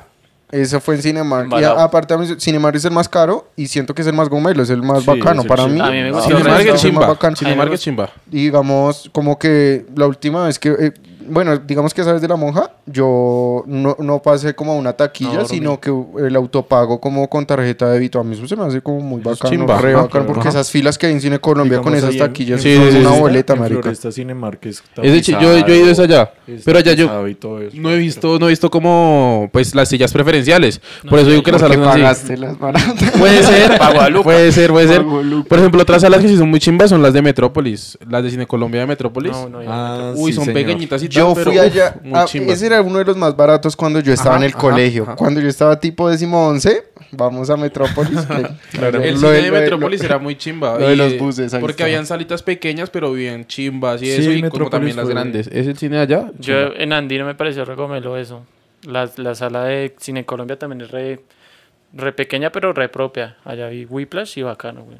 Speaker 1: esa fue en Cinemark. Y
Speaker 3: Embalado.
Speaker 1: a- aparte, a mí, Cinemark es el más caro y siento que es el más gomelo, es el más
Speaker 5: Sí,
Speaker 1: bacano
Speaker 5: es el
Speaker 1: para
Speaker 5: chido.
Speaker 1: mí.
Speaker 3: A mí me gusta
Speaker 1: siento que
Speaker 3: el
Speaker 2: Cinemark
Speaker 1: es
Speaker 3: resto.
Speaker 2: Ah, es
Speaker 1: el más
Speaker 2: chimba.
Speaker 1: bacano.
Speaker 2: Cinemark es chimba.
Speaker 1: digamos, como que la última vez que, eh, bueno, digamos que esa vez de la monja, yo no, no pasé como a una
Speaker 3: No,
Speaker 1: taquilla,
Speaker 3: dormí.
Speaker 1: sino que el autopago como con tarjeta de débito. A mí eso se me hace como muy
Speaker 2: Eso es
Speaker 1: bacano,
Speaker 2: chimba. Ah,
Speaker 1: re
Speaker 2: Ajá,
Speaker 1: bacano, porque
Speaker 2: ajá.
Speaker 1: esas filas que hay en Cine Colombia con
Speaker 5: Digamos,
Speaker 1: esas
Speaker 5: ahí en-
Speaker 1: taquillas
Speaker 2: Sí,
Speaker 1: son
Speaker 2: sí, sí,
Speaker 1: una
Speaker 2: sí.
Speaker 1: boleta,
Speaker 5: en
Speaker 1: marica.
Speaker 5: Floresta Cinemark es
Speaker 2: Es de chi- yo, yo he ido es allá.
Speaker 5: tapizado,
Speaker 2: Pero allá yo
Speaker 5: tapizado y todo eso.
Speaker 2: no he visto, no he visto como pues las sillas preferenciales. Por eso digo que las
Speaker 1: Porque
Speaker 2: salas no son así.
Speaker 1: pagaste las baratas.
Speaker 2: [laughs] Puede ser,
Speaker 3: [laughs] Pago a Luca.
Speaker 2: puede ser, puede ser.
Speaker 1: Pago a Luca.
Speaker 2: Por ejemplo, otras salas que sí son muy chimbas son las de Metrópolis, las de Cine Colombia de Metrópolis.
Speaker 3: No, no, ya.
Speaker 5: Ah,
Speaker 2: Uy,
Speaker 5: sí,
Speaker 2: son
Speaker 5: señor.
Speaker 2: pequeñitas y
Speaker 1: [laughs]
Speaker 2: tal,
Speaker 1: Yo
Speaker 2: pero,
Speaker 1: fui
Speaker 2: uf,
Speaker 1: allá,
Speaker 2: muy
Speaker 1: ah,
Speaker 2: chimbas.
Speaker 1: ese era uno de los más baratos cuando yo estaba
Speaker 2: Ajá,
Speaker 1: en el
Speaker 2: ajá,
Speaker 1: colegio.
Speaker 2: ajá.
Speaker 1: Cuando yo estaba tipo décimo once, vamos a
Speaker 2: [laughs]
Speaker 1: Metrópolis. que-
Speaker 5: Claro.
Speaker 2: El
Speaker 1: Lo
Speaker 2: cine
Speaker 1: de-
Speaker 2: de,
Speaker 1: lo de-
Speaker 2: Metrópolis era muy chimba.
Speaker 1: lo de
Speaker 2: y,
Speaker 1: los buses, ahí
Speaker 2: Porque
Speaker 1: está.
Speaker 2: habían salitas pequeñas, pero bien chimbas y
Speaker 5: Sí,
Speaker 2: eso, y como
Speaker 5: Metrópolis
Speaker 2: también las
Speaker 5: fue-
Speaker 2: grandes. ¿Es el cine allá?
Speaker 3: Yo
Speaker 2: Chimba.
Speaker 3: en Andino me pareció recomelo eso. La, la sala de Cine Colombia también es re, re pequeña, pero re propia. Allá vi Whiplash y bacano, güey.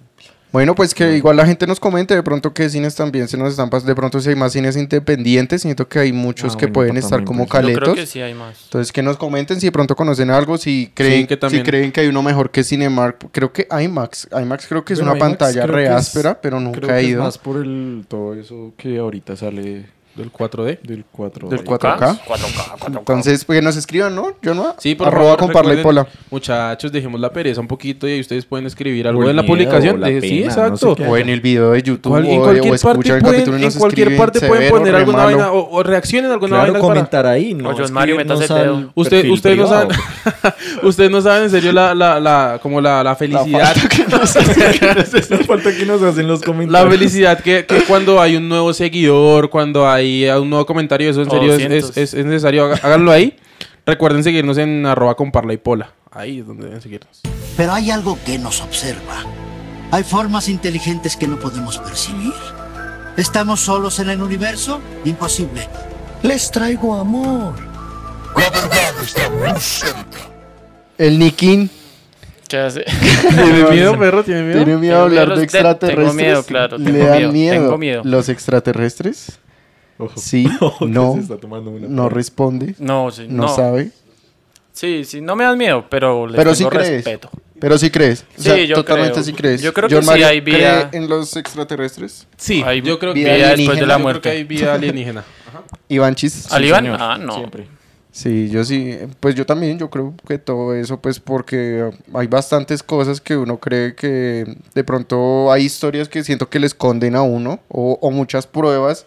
Speaker 1: Bueno, pues que igual la gente nos comente de pronto qué cines también se nos están pasando. De pronto si hay más cines independientes, siento que hay muchos
Speaker 5: Ah,
Speaker 1: que
Speaker 5: bueno,
Speaker 1: pueden
Speaker 5: pues
Speaker 1: estar
Speaker 5: también
Speaker 1: como
Speaker 5: puede
Speaker 3: Yo creo
Speaker 1: caletos.
Speaker 3: que sí hay más.
Speaker 1: Entonces que nos comenten si de pronto conocen algo, si creen,
Speaker 2: Sí, que
Speaker 1: que, si
Speaker 2: también.
Speaker 1: creen que hay uno mejor que Cinemark. Creo que IMAX. IMAX creo que es
Speaker 5: Bueno,
Speaker 1: una
Speaker 5: IMAX
Speaker 1: pantalla
Speaker 5: creo
Speaker 1: re
Speaker 5: que es-
Speaker 1: áspera, pero
Speaker 5: Creo
Speaker 1: nunca
Speaker 5: que
Speaker 1: he
Speaker 5: es
Speaker 1: ido.
Speaker 5: más por el, todo eso que ahorita sale
Speaker 2: Del 4D.
Speaker 5: del 4
Speaker 1: Del
Speaker 5: cuatro
Speaker 1: 4K.
Speaker 3: 4K, 4K.
Speaker 1: Entonces, pues que nos escriban, ¿no? Yo no.
Speaker 2: Sí, por
Speaker 1: Arroba
Speaker 2: favor,
Speaker 1: con Parla y
Speaker 2: recuerden,
Speaker 1: Pola.
Speaker 2: Muchachos, dejemos la pereza un poquito y ustedes pueden escribir algo
Speaker 5: O el
Speaker 2: en la
Speaker 5: miedo, o
Speaker 2: publicación.
Speaker 5: la
Speaker 2: de- sí,
Speaker 5: pena, no sé
Speaker 2: exacto.
Speaker 5: qué.
Speaker 1: O en el video de YouTube.
Speaker 2: Cual-
Speaker 1: o,
Speaker 2: en
Speaker 1: o
Speaker 2: cualquier
Speaker 1: escuchan
Speaker 2: parte
Speaker 1: el capítulo
Speaker 2: pueden,
Speaker 1: y
Speaker 2: en
Speaker 1: nos
Speaker 2: cualquier
Speaker 1: escriben,
Speaker 2: parte
Speaker 1: severo,
Speaker 2: pueden poner
Speaker 1: re
Speaker 2: alguna
Speaker 1: malo.
Speaker 2: vaina o, o reaccionen alguna
Speaker 5: Claro,
Speaker 2: vaina. para-
Speaker 5: comentar ahí, ¿no?
Speaker 3: O John Mario,
Speaker 5: Escribirnos
Speaker 3: métase el
Speaker 5: al
Speaker 3: dedo.
Speaker 2: Usted,
Speaker 5: perfil
Speaker 2: usted no sabe,
Speaker 5: [laughs] privado.
Speaker 2: usted no sabe en serio la, la, la- como la, la felicidad.
Speaker 5: No falta que nos hacen los
Speaker 2: La
Speaker 5: comentarios.
Speaker 2: felicidad que, [laughs] que cuando hay un nuevo seguidor, cuando hay eh, un nuevo comentario, eso en
Speaker 3: Oh,
Speaker 2: serio es- es,
Speaker 3: cientos.
Speaker 2: es- es necesario. Haga- Háganlo ahí. Recuerden seguirnos en arroba con parla y pola. Ahí es donde deben seguirnos.
Speaker 6: Pero hay algo que nos observa. Hay formas inteligentes que no podemos percibir. ¿Estamos solos en el universo? Imposible. Les traigo amor.
Speaker 1: El Nikin
Speaker 3: ¿Qué hace?
Speaker 2: [laughs]
Speaker 3: [laughs]
Speaker 1: [laughs]
Speaker 2: ¿Tiene miedo, perro? ¿Tiene miedo?
Speaker 1: tiene miedo a
Speaker 3: miedo
Speaker 1: hablar
Speaker 3: a
Speaker 1: de
Speaker 3: los de- tengo
Speaker 1: extraterrestres.
Speaker 3: miedo, claro,
Speaker 1: Le
Speaker 3: tengo
Speaker 1: dan
Speaker 3: miedo,
Speaker 1: miedo.
Speaker 3: tengo miedo.
Speaker 1: Los extraterrestres.
Speaker 5: [laughs] Ojo.
Speaker 1: Sí,
Speaker 5: Ojo, [laughs] que
Speaker 1: no,
Speaker 5: se está tomando una
Speaker 1: no
Speaker 5: pera.
Speaker 1: responde,
Speaker 3: No, sí,
Speaker 1: no,
Speaker 3: no.
Speaker 1: sabe.
Speaker 3: Sí, sí, no me dan miedo, pero les
Speaker 1: Pero sí
Speaker 3: tengo
Speaker 1: crees.
Speaker 3: respeto.
Speaker 1: Pero sí crees. O
Speaker 3: Sí,
Speaker 1: sea,
Speaker 3: yo
Speaker 1: totalmente
Speaker 3: creo.
Speaker 1: sí crees.
Speaker 3: Yo creo que
Speaker 1: John
Speaker 3: sí
Speaker 1: Mario,
Speaker 3: hay vida-
Speaker 1: ¿cree en los extraterrestres.
Speaker 2: Sí,
Speaker 3: Hay
Speaker 2: yo creo que
Speaker 1: vida
Speaker 2: yo
Speaker 3: ya después
Speaker 1: alienígena,
Speaker 3: de la
Speaker 2: creo que hay
Speaker 1: [laughs]
Speaker 3: muerte.
Speaker 2: vida alienígena.
Speaker 1: Iván Chis.
Speaker 3: ¿Al Iván?
Speaker 5: señor.
Speaker 3: Ah, no.
Speaker 5: Siempre.
Speaker 1: Sí, yo sí, pues yo también, yo creo que todo eso, pues porque hay bastantes cosas que uno cree que de pronto hay historias que siento que le esconden a uno o, o muchas pruebas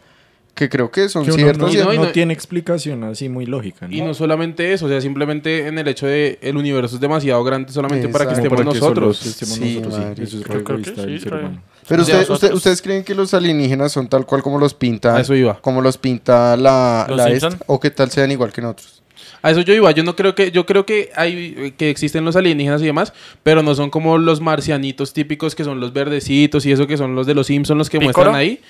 Speaker 1: que creo que son
Speaker 5: Que uno
Speaker 1: ciertas.
Speaker 5: no,
Speaker 1: y-
Speaker 2: Y no, y
Speaker 5: no
Speaker 2: no-
Speaker 5: tiene explicación así muy lógica. ¿no?
Speaker 2: Y no solamente eso, o sea, simplemente en el hecho de el universo es demasiado grande solamente para que
Speaker 1: Exacto.
Speaker 2: estemos
Speaker 5: Como para que
Speaker 2: nosotros.
Speaker 5: solo estemos
Speaker 1: Sí,
Speaker 5: nosotros,
Speaker 1: marica.
Speaker 5: Eso es
Speaker 3: Creo-
Speaker 5: re
Speaker 3: creo que
Speaker 5: egoísta
Speaker 3: sí,
Speaker 5: del ser
Speaker 3: re-
Speaker 5: humano.
Speaker 1: Pero
Speaker 3: de
Speaker 1: usted- usted-
Speaker 3: nosotros.
Speaker 1: ustedes creen que los alienígenas son tal cual como los pinta,
Speaker 2: A eso iba.
Speaker 1: como los pinta la,
Speaker 3: ¿Los
Speaker 1: la
Speaker 3: Simpson?
Speaker 1: esta, o que tal sean igual que nosotros.
Speaker 2: A eso yo iba, yo no creo que, yo creo que hay eh, que existen los alienígenas y demás, pero no son como los marcianitos típicos que son los verdecitos y eso que son los de los Simpsons los que
Speaker 3: ¿Pícoro?
Speaker 2: muestran ahí.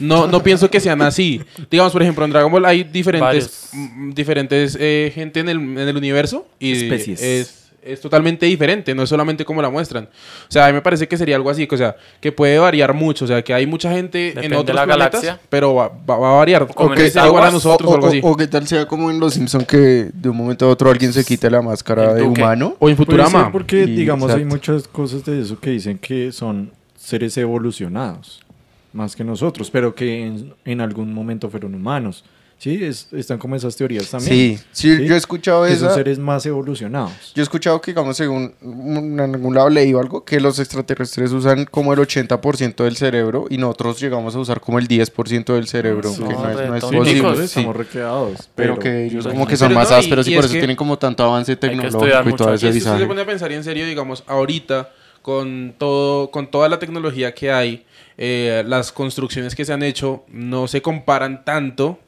Speaker 2: No, no pienso que sean así.
Speaker 3: [laughs]
Speaker 2: Digamos, por ejemplo, en Dragon Ball hay diferentes,
Speaker 3: Varios.
Speaker 2: mm, diferentes eh, gente en el, en el universo y
Speaker 5: Especies.
Speaker 2: es es totalmente diferente, no es solamente como la muestran. O sea, a mí me parece que sería algo así, o sea, que puede variar mucho, o sea, que hay mucha gente en
Speaker 3: Depende
Speaker 2: otros
Speaker 3: de la
Speaker 2: planetas,
Speaker 3: galaxia.
Speaker 2: pero va, va- va a variar.
Speaker 3: como
Speaker 2: o
Speaker 3: en
Speaker 2: que
Speaker 3: ese
Speaker 2: sea igual a
Speaker 3: aguas,
Speaker 2: nosotros o, algo así.
Speaker 1: ah, o, o que tal sea como en Los Simpson que de un momento a otro alguien se quita la máscara
Speaker 3: El
Speaker 1: de
Speaker 3: Duque.
Speaker 1: humano.
Speaker 2: O en
Speaker 5: Puede ser
Speaker 2: Futurama.
Speaker 5: Pues porque,
Speaker 1: Y-
Speaker 5: digamos, hay
Speaker 1: exacto.
Speaker 5: muchas cosas de eso que dicen que son seres evolucionados, más que nosotros, pero que en, en algún momento fueron humanos. Sí, es- están como esas teorías también.
Speaker 1: Sí, sí, yo he escuchado
Speaker 5: que son
Speaker 1: esa.
Speaker 5: seres más evolucionados.
Speaker 1: Yo he escuchado que, digamos, según un- en algún lado leí o algo, que los extraterrestres usan como el 80% del cerebro y nosotros llegamos a usar como el 10% del cerebro,
Speaker 3: Sí,
Speaker 1: que no es, no es
Speaker 3: Sí,
Speaker 1: posible.
Speaker 3: chicos,
Speaker 1: sí.
Speaker 5: estamos requedados.
Speaker 1: Pero que ellos
Speaker 3: pero-
Speaker 1: como que son
Speaker 2: pero
Speaker 1: más
Speaker 2: no, y-
Speaker 1: ásperos y,
Speaker 2: y
Speaker 1: por
Speaker 2: es
Speaker 1: eso
Speaker 2: que
Speaker 1: tienen como tanto avance
Speaker 3: que estudiar
Speaker 1: tecnológico y
Speaker 3: mucho
Speaker 1: todo
Speaker 2: Y
Speaker 1: ese
Speaker 2: es que usted se
Speaker 1: visaje.
Speaker 2: pone a pensar y en serio, digamos, ahorita, con, todo, con toda la tecnología que hay, eh, las construcciones que se han hecho no se comparan tanto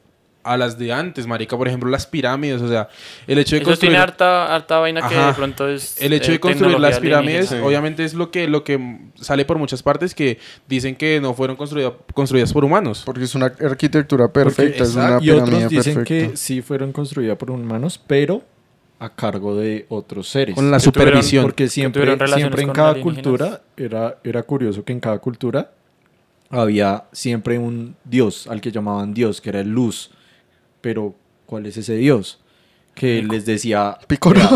Speaker 2: a las de antes, marica. Por ejemplo, las pirámides, o sea, el hecho de
Speaker 3: Eso tiene
Speaker 2: construir...
Speaker 3: harta, harta vaina que
Speaker 2: Ajá.
Speaker 3: de pronto es.
Speaker 2: El hecho
Speaker 3: eh,
Speaker 2: de construir
Speaker 3: tecnología
Speaker 2: las pirámides,
Speaker 3: alienígena.
Speaker 2: obviamente, es lo que, lo que sale por muchas partes que dicen que no fueron construida- construidas por humanos.
Speaker 1: Porque es una arquitectura perfecta, es una
Speaker 5: y
Speaker 1: pirámide
Speaker 5: otros dicen
Speaker 1: perfecta. [laughs]
Speaker 5: que sí fueron construidas por humanos, pero a cargo de otros seres.
Speaker 2: Con la
Speaker 3: que tuvieron-
Speaker 2: supervisión.
Speaker 5: Porque
Speaker 3: tuvieron
Speaker 5: siempre,
Speaker 3: relaciones
Speaker 5: siempre en
Speaker 3: con
Speaker 5: cada
Speaker 3: alienígenas.
Speaker 5: cultura, era, era curioso que en cada cultura había siempre un dios, al que llamaban dios, que era el luz. Pero, ¿cuál es ese dios? Que les decía...
Speaker 1: Picorado.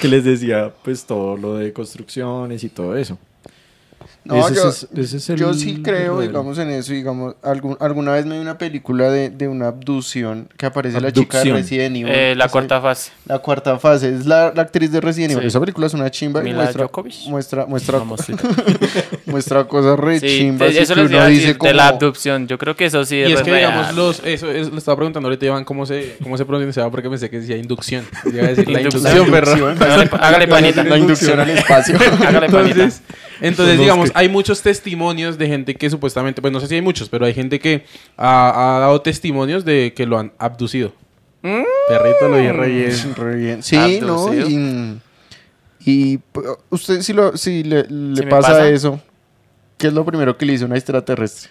Speaker 5: que les decía, pues, todo lo de construcciones y todo eso.
Speaker 1: [laughs] No,
Speaker 5: Ese
Speaker 1: yo,
Speaker 5: es- ese es el
Speaker 1: yo sí creo,
Speaker 5: verdadero.
Speaker 1: digamos, en eso. Digamos, algún- alguna vez me vi una película de, de una abducción que aparece la chica de
Speaker 5: Abducción.
Speaker 1: Resident Evil.
Speaker 3: Eh, la
Speaker 1: Ese-
Speaker 3: cuarta fase.
Speaker 1: La cuarta fase es la, la actriz de Resident Evil.
Speaker 3: Sí.
Speaker 1: Esa película es una chimba y
Speaker 3: Mila
Speaker 1: muestra,
Speaker 3: Djokovic.
Speaker 1: muestra, muestra,
Speaker 3: Famosita.
Speaker 1: muestra cosas re
Speaker 3: Sí,
Speaker 1: chimbas.
Speaker 3: eso
Speaker 1: y que
Speaker 3: les iba
Speaker 1: uno
Speaker 3: a
Speaker 1: dice
Speaker 3: decir,
Speaker 1: como,
Speaker 3: de la abducción. Yo creo que eso sí
Speaker 2: Y es que,
Speaker 3: real.
Speaker 2: digamos, los, eso es, lo estaba preguntando ahorita, Iván, cómo se, cómo se pronunciaba, porque pensé que decía inducción. Yo iba a decir la
Speaker 3: Inducción.
Speaker 2: inducción, perro.
Speaker 3: Hágale, pa- hágale
Speaker 1: [laughs]
Speaker 3: panita.
Speaker 1: La inducción al [laughs] espacio.
Speaker 3: Hágale panita.
Speaker 2: Entonces, entonces digamos, hay muchos testimonios de gente que supuestamente, pues no sé si hay muchos, pero hay gente que ha, ha dado testimonios de que lo han abducido.
Speaker 3: Mm.
Speaker 2: Perrito lo vi re bien.
Speaker 1: Re bien. Sí,
Speaker 3: Abducido.
Speaker 1: ¿no? Y, y, p- usted si, lo, si le, le
Speaker 3: Si me
Speaker 1: pasa,
Speaker 3: pasa.
Speaker 1: eso, ¿qué es lo primero que le hizo una extraterrestre?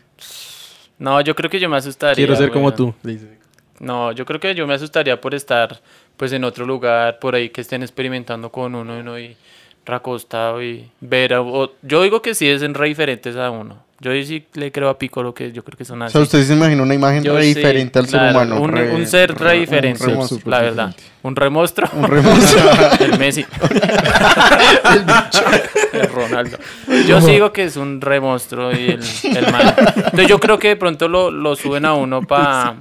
Speaker 3: No, yo creo que yo me asustaría.
Speaker 2: Quiero ser como
Speaker 3: weón.
Speaker 2: tú. le dice.
Speaker 3: No, yo creo que yo me asustaría por estar pues en otro lugar, por ahí que estén experimentando con uno y uno y racostado y ver a- o- yo digo que sí es en re diferentes a uno. Yo ahí sí le creo a Pico lo que yo creo que son
Speaker 1: O
Speaker 3: así.
Speaker 1: sea, usted se imagina una imagen
Speaker 3: Yo
Speaker 1: re
Speaker 3: sí,
Speaker 1: diferente al
Speaker 3: claro,
Speaker 1: ser humano.
Speaker 3: Un,
Speaker 1: re-
Speaker 3: un ser re diferente,
Speaker 1: Un remozo.
Speaker 3: la verdad. Un remostro.
Speaker 1: Un remozo.
Speaker 3: [laughs]
Speaker 1: [laughs]
Speaker 3: el Messi. el Ronaldo. Yo sigo que es un remostro y el, el man. Entonces yo creo que de pronto lo, lo suben a uno para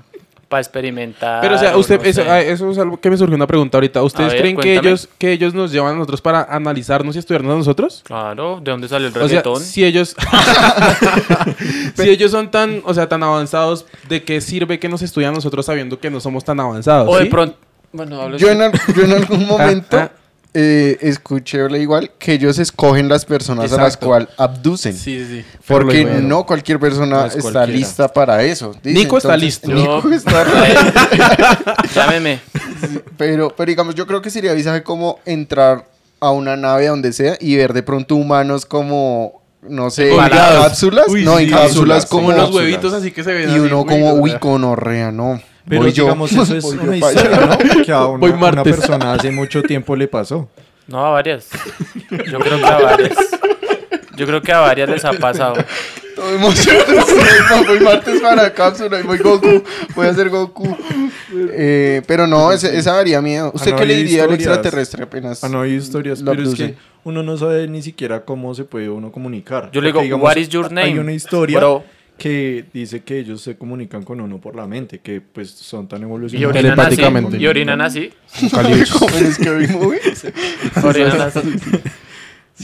Speaker 3: experimentar.
Speaker 2: Pero, o sea, usted,
Speaker 3: no
Speaker 2: eso,
Speaker 3: sé.
Speaker 2: ah, eso es algo que me surgió una pregunta ahorita. ¿Ustedes
Speaker 3: ver,
Speaker 2: creen que
Speaker 3: cuéntame.
Speaker 2: ellos, que ellos nos llevan a nosotros para analizarnos y estudiarnos a nosotros?
Speaker 3: Claro, ¿de dónde salió el
Speaker 2: O sea,
Speaker 3: reggaetón?
Speaker 2: si ellos [laughs] si ellos son tan, o sea, tan avanzados, ¿de qué sirve que nos estudian a nosotros sabiendo que no somos tan avanzados?
Speaker 3: o de
Speaker 2: sí?
Speaker 3: pronto. Bueno, hablo
Speaker 1: Yo en, al- yo en algún momento
Speaker 2: ah.
Speaker 1: eh, escuché o leí igual que ellos escogen las personas a las
Speaker 2: Exacto.
Speaker 1: cuales abducen.
Speaker 2: Sí, sí, sí.
Speaker 1: Porque
Speaker 2: Pero-
Speaker 1: no cualquier persona
Speaker 2: No es
Speaker 1: está
Speaker 2: cualquiera.
Speaker 1: lista para eso. dice.
Speaker 2: Nico está listo.
Speaker 1: Nico está
Speaker 3: Llámeme.
Speaker 1: Sí, pero, pero digamos, yo creo que sería visaje como entrar a una nave a donde sea y ver de pronto humanos como, no sé, en
Speaker 2: Colgados.
Speaker 1: cápsulas.
Speaker 2: Uy,
Speaker 1: no, en
Speaker 2: sí.
Speaker 1: cápsulas
Speaker 5: Cápsulas,
Speaker 1: como...
Speaker 2: Como los
Speaker 5: cápsulas.
Speaker 2: huevitos así que se ven.
Speaker 1: y
Speaker 2: así,
Speaker 1: uno como,
Speaker 2: o
Speaker 1: uy,
Speaker 2: [laughs] sea.
Speaker 1: conorrea, no.
Speaker 5: Pero
Speaker 1: voy yo.
Speaker 5: digamos, eso es
Speaker 1: Voy yo
Speaker 5: una
Speaker 1: pa' allá.
Speaker 5: historia, ¿no? Que a una,
Speaker 2: Voy
Speaker 5: una
Speaker 2: martes.
Speaker 5: persona hace mucho tiempo le pasó.
Speaker 3: No, a varias. Yo creo que a varias. Yo creo que a varias les ha pasado.
Speaker 1: Todo
Speaker 5: [laughs]
Speaker 1: emocionado. Voy- Voy martes para cápsula y voy Goku. Voy a ser Goku. Eh, pero no, ese- esa daría miedo. ¿Usted
Speaker 5: Ah, no,
Speaker 1: qué le
Speaker 5: hay
Speaker 1: diría al
Speaker 5: historias.
Speaker 1: extraterrestre apenas?
Speaker 5: Ah, no hay historias,
Speaker 1: lo
Speaker 5: pero es que
Speaker 1: abducen?
Speaker 5: uno no sabe ni siquiera cómo se puede uno comunicar.
Speaker 3: Yo le digo,
Speaker 5: Porque,
Speaker 3: "What is your
Speaker 5: Hay
Speaker 3: name,
Speaker 5: una historia
Speaker 3: bro?"
Speaker 5: que dice que ellos se comunican con uno por la mente, que pues son tan
Speaker 3: Y
Speaker 5: evolucionados.
Speaker 3: orinan así.
Speaker 2: Telepáticamente.
Speaker 3: Y orinan
Speaker 5: [laughs]
Speaker 3: así.
Speaker 1: [laughs] ¿Cómo en Scary Movie?
Speaker 3: Orinan así.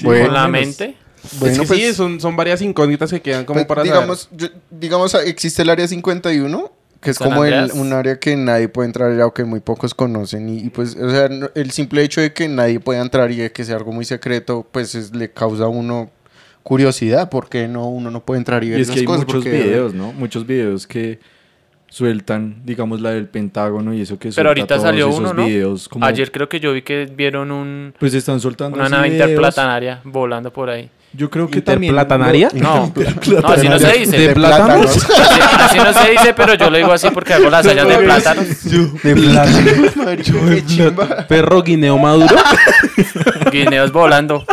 Speaker 1: Bueno,
Speaker 3: con la
Speaker 5: menos.
Speaker 3: mente.
Speaker 2: Es
Speaker 1: bueno,
Speaker 2: que sí, son, son varias incógnitas que quedan como
Speaker 1: Pues,
Speaker 2: para
Speaker 1: digamos, yo- digamos, existe el área 51, que es
Speaker 3: San
Speaker 1: como el-
Speaker 3: Andreas.
Speaker 1: un área que nadie puede entrar, o que muy pocos conocen. Y, y, pues, o sea, no- el simple hecho de que nadie pueda entrar y de que sea algo muy secreto, pues es- le causa a uno curiosidad, porque no, uno no puede entrar y
Speaker 5: Y
Speaker 1: ver
Speaker 5: es
Speaker 1: esas
Speaker 5: que hay
Speaker 1: cosas.
Speaker 5: muchos
Speaker 1: porque-
Speaker 5: videos, ¿no? Muchos videos que sueltan, digamos, la del Pentágono y eso que
Speaker 3: Pero
Speaker 5: suelta
Speaker 3: ahorita
Speaker 5: todos
Speaker 3: salió
Speaker 5: esos
Speaker 3: uno, ¿no?
Speaker 5: videos. Como,
Speaker 3: Ayer creo que yo vi que vieron un,
Speaker 5: Pues están soltando
Speaker 3: una
Speaker 5: así
Speaker 3: nave
Speaker 5: videos.
Speaker 3: interplatanaria volando por ahí.
Speaker 5: Yo creo que también. lo-
Speaker 2: ¿Interplatanaria?
Speaker 1: No,
Speaker 3: No, así no se dice.
Speaker 2: ¿De plátanos? [laughs]
Speaker 3: Así, así no se dice, pero yo lo digo así porque hago las hazañas de
Speaker 2: [laughs]
Speaker 3: plátano.
Speaker 1: [laughs] De plátanos. [laughs] marica, qué chimba.
Speaker 2: ¿Perro
Speaker 1: [laughs]
Speaker 2: guineo maduro?
Speaker 3: Guineos volando.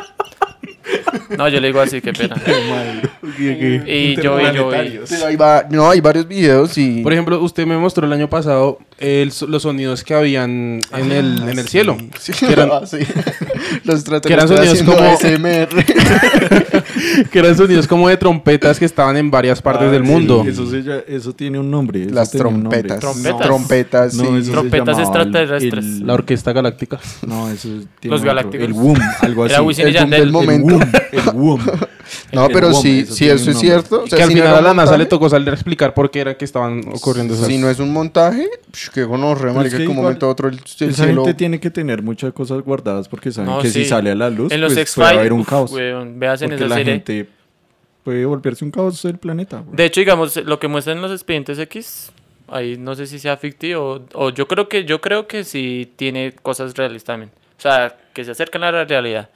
Speaker 3: No, yo le digo así, qué pena. Y yo vi, yo vi.
Speaker 1: Pero ahí va- no, hay varios videos y...
Speaker 2: Por ejemplo, usted me mostró el año pasado el so- los sonidos que habían
Speaker 3: Ah,
Speaker 2: en el, en el cielo.
Speaker 1: Sí,
Speaker 2: Que eran,
Speaker 1: [laughs] ah,
Speaker 2: [laughs]
Speaker 1: sí. Los
Speaker 2: que eran
Speaker 1: extraterrestres haciendo
Speaker 2: sonidos como-
Speaker 5: [laughs]
Speaker 1: ASMR.
Speaker 2: que eran sonidos como de trompetas que estaban en varias partes
Speaker 5: Ah,
Speaker 2: del
Speaker 5: sí,
Speaker 2: mundo.
Speaker 5: Eso, se ll- eso tiene un nombre. eso
Speaker 1: Las
Speaker 5: tenía un nombre.
Speaker 1: trompetas.
Speaker 3: Trompetas.
Speaker 1: Trompetas, sí.
Speaker 5: No, eso se
Speaker 3: Trompetas
Speaker 5: llamaba el-
Speaker 3: extraterrestres.
Speaker 5: el-
Speaker 2: La Orquesta Galáctica.
Speaker 5: no, eso tiene
Speaker 3: Los
Speaker 5: otro,
Speaker 3: galácticos.
Speaker 5: El [laughs] WOM, algo así.
Speaker 3: Era Wisin y
Speaker 1: el boom del
Speaker 3: Yandel.
Speaker 1: momento.
Speaker 5: El WOM.
Speaker 1: No,
Speaker 5: El
Speaker 1: pero
Speaker 5: WOM,
Speaker 1: sí,
Speaker 5: eso
Speaker 1: sí,
Speaker 5: tiene
Speaker 1: eso
Speaker 5: un
Speaker 1: es
Speaker 5: nombre.
Speaker 1: cierto. O sea,
Speaker 2: que al
Speaker 1: si no
Speaker 2: final
Speaker 1: era
Speaker 2: a la NASA
Speaker 1: montaje,
Speaker 2: le tocó salir a explicar por qué era que estaban ocurriendo esas
Speaker 1: Si no es un montaje, psh, que gonorrea,
Speaker 5: Pero es
Speaker 1: marica,
Speaker 5: que
Speaker 1: que un
Speaker 5: igual-
Speaker 1: momento a otro el, el
Speaker 5: Esa
Speaker 1: cielo...
Speaker 5: gente tiene que tener muchas cosas guardadas porque saben
Speaker 3: No,
Speaker 5: que si
Speaker 3: sí.
Speaker 5: sale a la luz,
Speaker 3: En los
Speaker 5: pues,
Speaker 3: X-Files.
Speaker 5: puede haber un
Speaker 3: uf,
Speaker 5: caos.
Speaker 3: weón, veas en
Speaker 5: porque
Speaker 3: esa
Speaker 5: la
Speaker 3: serie.
Speaker 5: gente puede volverse un caos del planeta. güey.
Speaker 3: De hecho, digamos, lo que muestran los expedientes X, ahí no sé si sea fictivo. O yo creo que, yo creo que sí tiene cosas reales también. O sea, que se acercan a la realidad.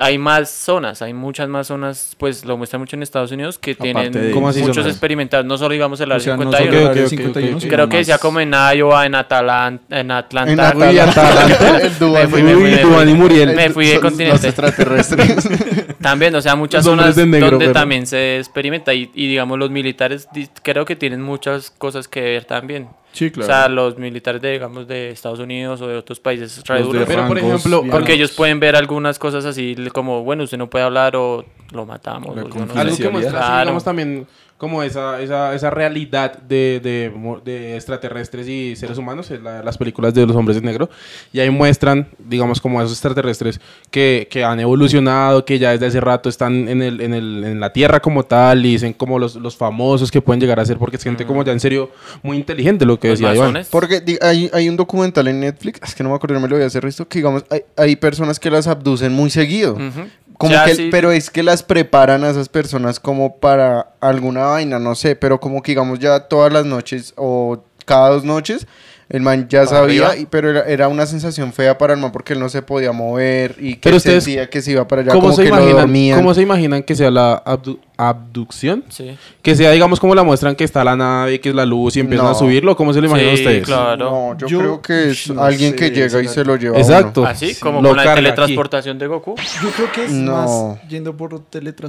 Speaker 3: Hay más zonas, hay muchas más zonas, pues lo muestran mucho en Estados Unidos, que tienen
Speaker 5: de-
Speaker 2: ¿Cómo así
Speaker 3: muchos
Speaker 2: zonas?
Speaker 3: experimentados. No solo digamos el
Speaker 5: O
Speaker 3: área
Speaker 5: sea, no
Speaker 3: 51.
Speaker 5: solo el
Speaker 2: Ok,
Speaker 5: área
Speaker 2: ok,
Speaker 5: 51,
Speaker 2: ok, ok.
Speaker 5: sino
Speaker 3: Creo que
Speaker 5: más.
Speaker 3: decía como en Iowa, en Atalanta, en Atlanta.
Speaker 1: En Atlanta, el Dubái.
Speaker 3: Me fui, me fui, me
Speaker 2: Uy,
Speaker 3: fui.
Speaker 2: Duván y Muriel.
Speaker 3: Me fui de
Speaker 1: Son Los
Speaker 3: continente.
Speaker 1: extraterrestres.
Speaker 3: También, o sea, muchas
Speaker 2: Los
Speaker 3: zonas
Speaker 2: hombres de negro,
Speaker 3: donde
Speaker 2: pero-
Speaker 3: también se experimenta y, y, digamos los militares di- creo que tienen muchas cosas que ver también.
Speaker 5: Sí,
Speaker 3: O sea,
Speaker 5: claro.
Speaker 3: los militares de, digamos, de Estados Unidos o de otros países re
Speaker 5: Los de
Speaker 3: duro,
Speaker 2: Pero por
Speaker 5: rangos
Speaker 2: ejemplo,
Speaker 5: bien
Speaker 3: porque ellos pueden ver algunas cosas así le- como, bueno, usted no puede hablar o lo matamos.
Speaker 5: La
Speaker 3: o yo no sé.
Speaker 2: Algo que muestra, así,
Speaker 3: Claro.
Speaker 2: digamos, también como esa, esa, esa realidad de, de mo- de extraterrestres y seres humanos, es la- las películas de los hombres de negro, y ahí muestran, digamos, como a esos extraterrestres que, que han evolucionado, que ya desde hace rato están en, el, en, el- en la Tierra como tal, y dicen como los, los famosos que pueden llegar a ser, porque es gente como ya en serio muy inteligente, lo que
Speaker 3: Mm. Los
Speaker 2: decía Iván.
Speaker 3: masones.
Speaker 1: Porque di- hay, hay un documental en Netflix, es que no me acuerdo, no me lo voy a hacer esto, que digamos, hay, hay personas que las abducen muy seguido.
Speaker 3: Ujú.
Speaker 1: Como
Speaker 3: Ya
Speaker 1: que,
Speaker 3: sí.
Speaker 1: Pero es que las preparan a esas personas como para alguna vaina, no sé, pero como que digamos ya todas las noches o cada dos noches, el man ya
Speaker 3: Para
Speaker 1: sabía,
Speaker 3: arriba.
Speaker 1: y- pero era, era una sensación fea para el man porque él no se podía mover y que
Speaker 2: Pero ustedes,
Speaker 1: sentía que se iba para allá,
Speaker 2: ¿Cómo,
Speaker 1: como
Speaker 2: se
Speaker 1: que lo
Speaker 2: imaginan,
Speaker 1: dormían.
Speaker 2: ¿Cómo se imaginan que sea la abdu- abducción?
Speaker 3: Sí.
Speaker 2: Que sea, digamos, como la muestran que está la nave, que es la luz y empiezan
Speaker 1: No.
Speaker 2: a subirlo. ¿Cómo se lo imaginan
Speaker 3: Sí,
Speaker 2: ustedes?
Speaker 3: claro.
Speaker 1: No, yo,
Speaker 5: Yo-
Speaker 1: creo que es
Speaker 5: Ush, no
Speaker 1: alguien
Speaker 5: sé,
Speaker 1: que llega y
Speaker 5: esa-
Speaker 1: se lo lleva. a uno.
Speaker 2: Exacto.
Speaker 3: Así como
Speaker 2: Lo
Speaker 3: con la
Speaker 2: carga
Speaker 3: teletransportación de Goku.
Speaker 5: Yo creo que es
Speaker 1: No.
Speaker 5: más yendo por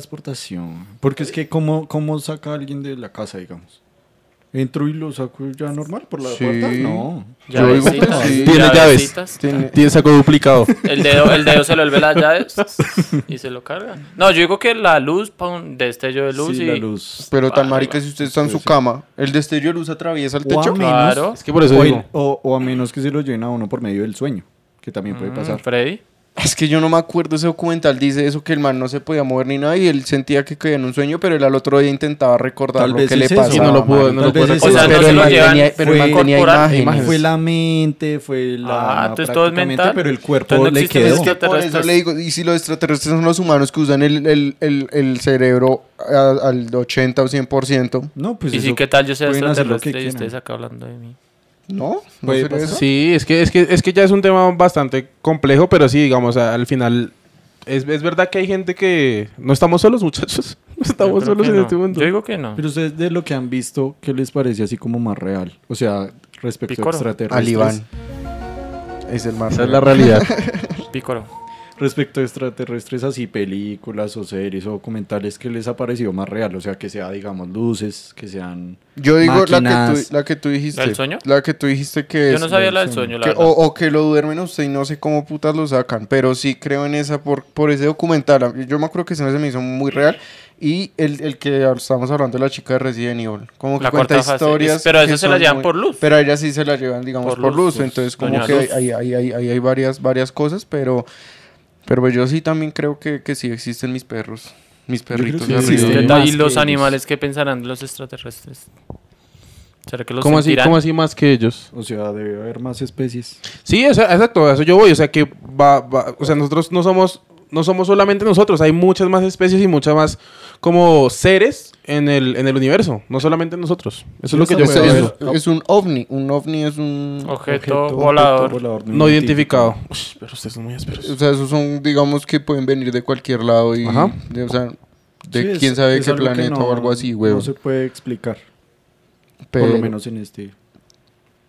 Speaker 5: teletransportación. Porque es que, ¿cómo, cómo saca a alguien de la casa, digamos? ¿Entro y lo saco ya normal por la
Speaker 1: Sí.
Speaker 5: puerta? No.
Speaker 1: Yo digo que
Speaker 3: Llavecitas,
Speaker 1: sí.
Speaker 2: Tiene llaves.
Speaker 3: llavecitas.
Speaker 1: Tiene-
Speaker 2: aquí. [laughs] Tiene saco
Speaker 1: [laughs]
Speaker 2: duplicado.
Speaker 3: El dedo, el dedo se lo vuelve las llaves y se lo carga. No, yo digo que la luz, pon destello de luz
Speaker 5: Sí,
Speaker 3: y.
Speaker 5: la luz.
Speaker 1: Pero tan
Speaker 3: Vale,
Speaker 1: marica, si usted está en su cama, el destello de luz atraviesa el
Speaker 5: O a
Speaker 1: techo.
Speaker 5: menos,
Speaker 3: Claro.
Speaker 2: es que
Speaker 1: Pues,
Speaker 2: por eso
Speaker 5: o,
Speaker 2: digo.
Speaker 5: el- o- o a menos que se lo lleven a uno por medio del sueño, que también puede pasar.
Speaker 3: Mm, Freddy.
Speaker 1: Es que yo no me acuerdo ese documental, dice eso que el man no se podía mover ni nada y él sentía que caía en un sueño, pero él al otro día intentaba recordar
Speaker 5: Tal
Speaker 1: lo
Speaker 5: vez
Speaker 1: que le
Speaker 5: es eso.
Speaker 1: pasaba.
Speaker 2: Y no lo pudo,
Speaker 1: marica.
Speaker 2: no lo
Speaker 5: Tal
Speaker 2: pudo
Speaker 5: vez es
Speaker 3: O
Speaker 2: recordar.
Speaker 3: sea, no
Speaker 1: pero
Speaker 3: se
Speaker 1: el
Speaker 3: lo
Speaker 1: man
Speaker 3: llevan.
Speaker 1: tenía, pero el man
Speaker 5: fue
Speaker 1: tenía
Speaker 3: corporal.
Speaker 1: imágenes.
Speaker 5: Fue la mente, fue la.
Speaker 3: Ah, entonces todo es
Speaker 5: prácticamente,
Speaker 3: mental.
Speaker 5: Pero el
Speaker 3: Entonces
Speaker 5: cuerpo
Speaker 3: no
Speaker 5: le
Speaker 3: existen
Speaker 5: quedó.
Speaker 1: Es que por eso
Speaker 3: extraterrestres.
Speaker 1: le digo, y si los extraterrestres son los humanos que usan el, el- el- el cerebro a- al 80 o 100%,
Speaker 5: No, pues
Speaker 3: y sí,
Speaker 5: eso
Speaker 3: ¿qué tal yo sea
Speaker 5: pueden hacer lo
Speaker 3: extraterrestre
Speaker 5: que
Speaker 3: y
Speaker 5: quieran.
Speaker 3: ustedes acá hablando de mí?
Speaker 1: ¿no? ¿No
Speaker 5: Puede
Speaker 1: sería
Speaker 5: pasar.
Speaker 1: eso?
Speaker 2: Sí, es que, es, que, es que ya es un tema bastante complejo, pero sí, digamos, a- al final. Es, es verdad que hay gente que. No estamos solos, muchachos. [laughs] No estamos
Speaker 3: Yo creo
Speaker 2: solos
Speaker 3: que
Speaker 2: en
Speaker 3: no.
Speaker 2: este mundo.
Speaker 3: Yo digo que no.
Speaker 5: Pero ustedes de lo que han visto, ¿qué les parece así como más real? O sea, respecto
Speaker 3: Picoro.
Speaker 5: a extraterrestres.
Speaker 1: Al Iván. Es el más.
Speaker 2: Esa es la
Speaker 3: [laughs]
Speaker 2: realidad.
Speaker 3: Pícoro.
Speaker 5: Respecto a extraterrestres, así películas o series o documentales, ¿qué les ha parecido más real? O sea, que sea, digamos, luces, que sean.
Speaker 1: Yo digo la que,
Speaker 5: Máquinas.
Speaker 1: tú, la que tú dijiste.
Speaker 3: ¿La del sueño?
Speaker 1: La que tú dijiste que
Speaker 3: Yo
Speaker 1: es
Speaker 3: no sabía la del sueño, la
Speaker 1: Que-
Speaker 3: verdad.
Speaker 1: o, o que lo duermen a usted y no sé cómo putas lo sacan, pero sí creo en esa por, por ese documental. A mí- Yo me acuerdo que ese se me hizo muy real. Y el, el que ahora estábamos hablando de la chica de Resident Evil, como que
Speaker 3: La
Speaker 1: cuenta
Speaker 3: cuarta fase.
Speaker 1: historias.
Speaker 3: Es- pero a
Speaker 1: que
Speaker 3: esa se
Speaker 1: son
Speaker 3: la llevan por luz.
Speaker 1: Pero a ella sí se la llevan, digamos,
Speaker 3: Por
Speaker 1: por
Speaker 3: luz,
Speaker 1: luz.
Speaker 3: luz.
Speaker 1: Entonces, como
Speaker 3: Doña
Speaker 1: que
Speaker 3: Luz.
Speaker 1: hay, hay, hay- hay- hay varias, varias cosas, pero, pero yo sí también creo que, que sí existen mis perros. Mis
Speaker 5: creo
Speaker 1: perritos.
Speaker 5: que
Speaker 1: arriba.
Speaker 5: sí existen.
Speaker 3: ¿Qué
Speaker 5: hay
Speaker 3: tal?
Speaker 5: más
Speaker 3: ¿Y los
Speaker 5: que
Speaker 3: animales qué pensarán los extraterrestres? ¿Será que los
Speaker 2: ¿Cómo así,
Speaker 3: sentirán?
Speaker 2: ¿Cómo así más que ellos?
Speaker 5: O sea, debe haber más especies.
Speaker 2: Sí, o sea, exacto, a eso yo voy, o sea que va, va- o sea, nosotros no somos no somos solamente nosotros, hay muchas más especies y muchas más como seres en el, en el universo, no solamente nosotros. Eso es lo que yo
Speaker 1: Es,
Speaker 5: Esa
Speaker 2: pienso.
Speaker 1: es- es un ovni. Un ovni es un.
Speaker 3: Objeto, volador.
Speaker 2: No identificado. Ush, pero ustedes son muy
Speaker 1: O
Speaker 2: ásperos.
Speaker 1: sea, esos son, digamos, que pueden venir de cualquier lado y.
Speaker 2: Ajá.
Speaker 1: de- o sea, de
Speaker 5: Sí, es-
Speaker 1: quién sabe
Speaker 5: es
Speaker 1: qué
Speaker 5: algo que
Speaker 1: planeta
Speaker 5: no-
Speaker 1: o algo así, güey.
Speaker 5: No se puede explicar,
Speaker 1: pero
Speaker 5: por lo menos en este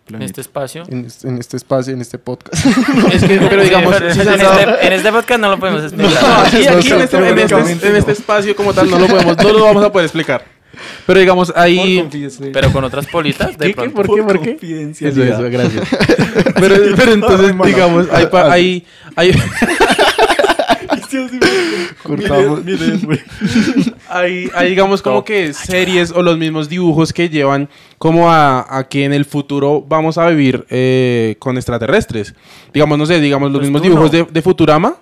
Speaker 3: en este
Speaker 5: planeta.
Speaker 3: espacio.
Speaker 1: En, este- en este espacio, en este
Speaker 5: [laughs]
Speaker 1: podcast.
Speaker 2: [laughs] Es que, pero
Speaker 3: [laughs]
Speaker 2: digamos,
Speaker 3: en,
Speaker 2: si se
Speaker 3: este,
Speaker 2: han dado-
Speaker 3: en este podcast no lo podemos
Speaker 2: [laughs]
Speaker 3: explicar.
Speaker 2: No, aquí, aquí en,
Speaker 1: Nosotros
Speaker 2: este, en este-
Speaker 1: únicamente
Speaker 2: en este espacio como tal no lo podemos, no lo vamos a poder explicar. Pero digamos, ahí...
Speaker 3: Pero con otras politas, de pronto.
Speaker 2: ¿Por qué? ¿Por qué? Eso,
Speaker 5: Confidencialidad.
Speaker 2: eso, gracias. [laughs] pero, pero entonces, digamos, hay... pa- hay, hay
Speaker 1: Cortamos.
Speaker 2: hay, hay, digamos como que series o los mismos dibujos que llevan como a, a que en el futuro vamos a vivir eh, con extraterrestres. Digamos, no sé, digamos los
Speaker 3: Pues
Speaker 2: mismos
Speaker 3: tú
Speaker 2: dibujos
Speaker 3: no.
Speaker 2: de, de Futurama.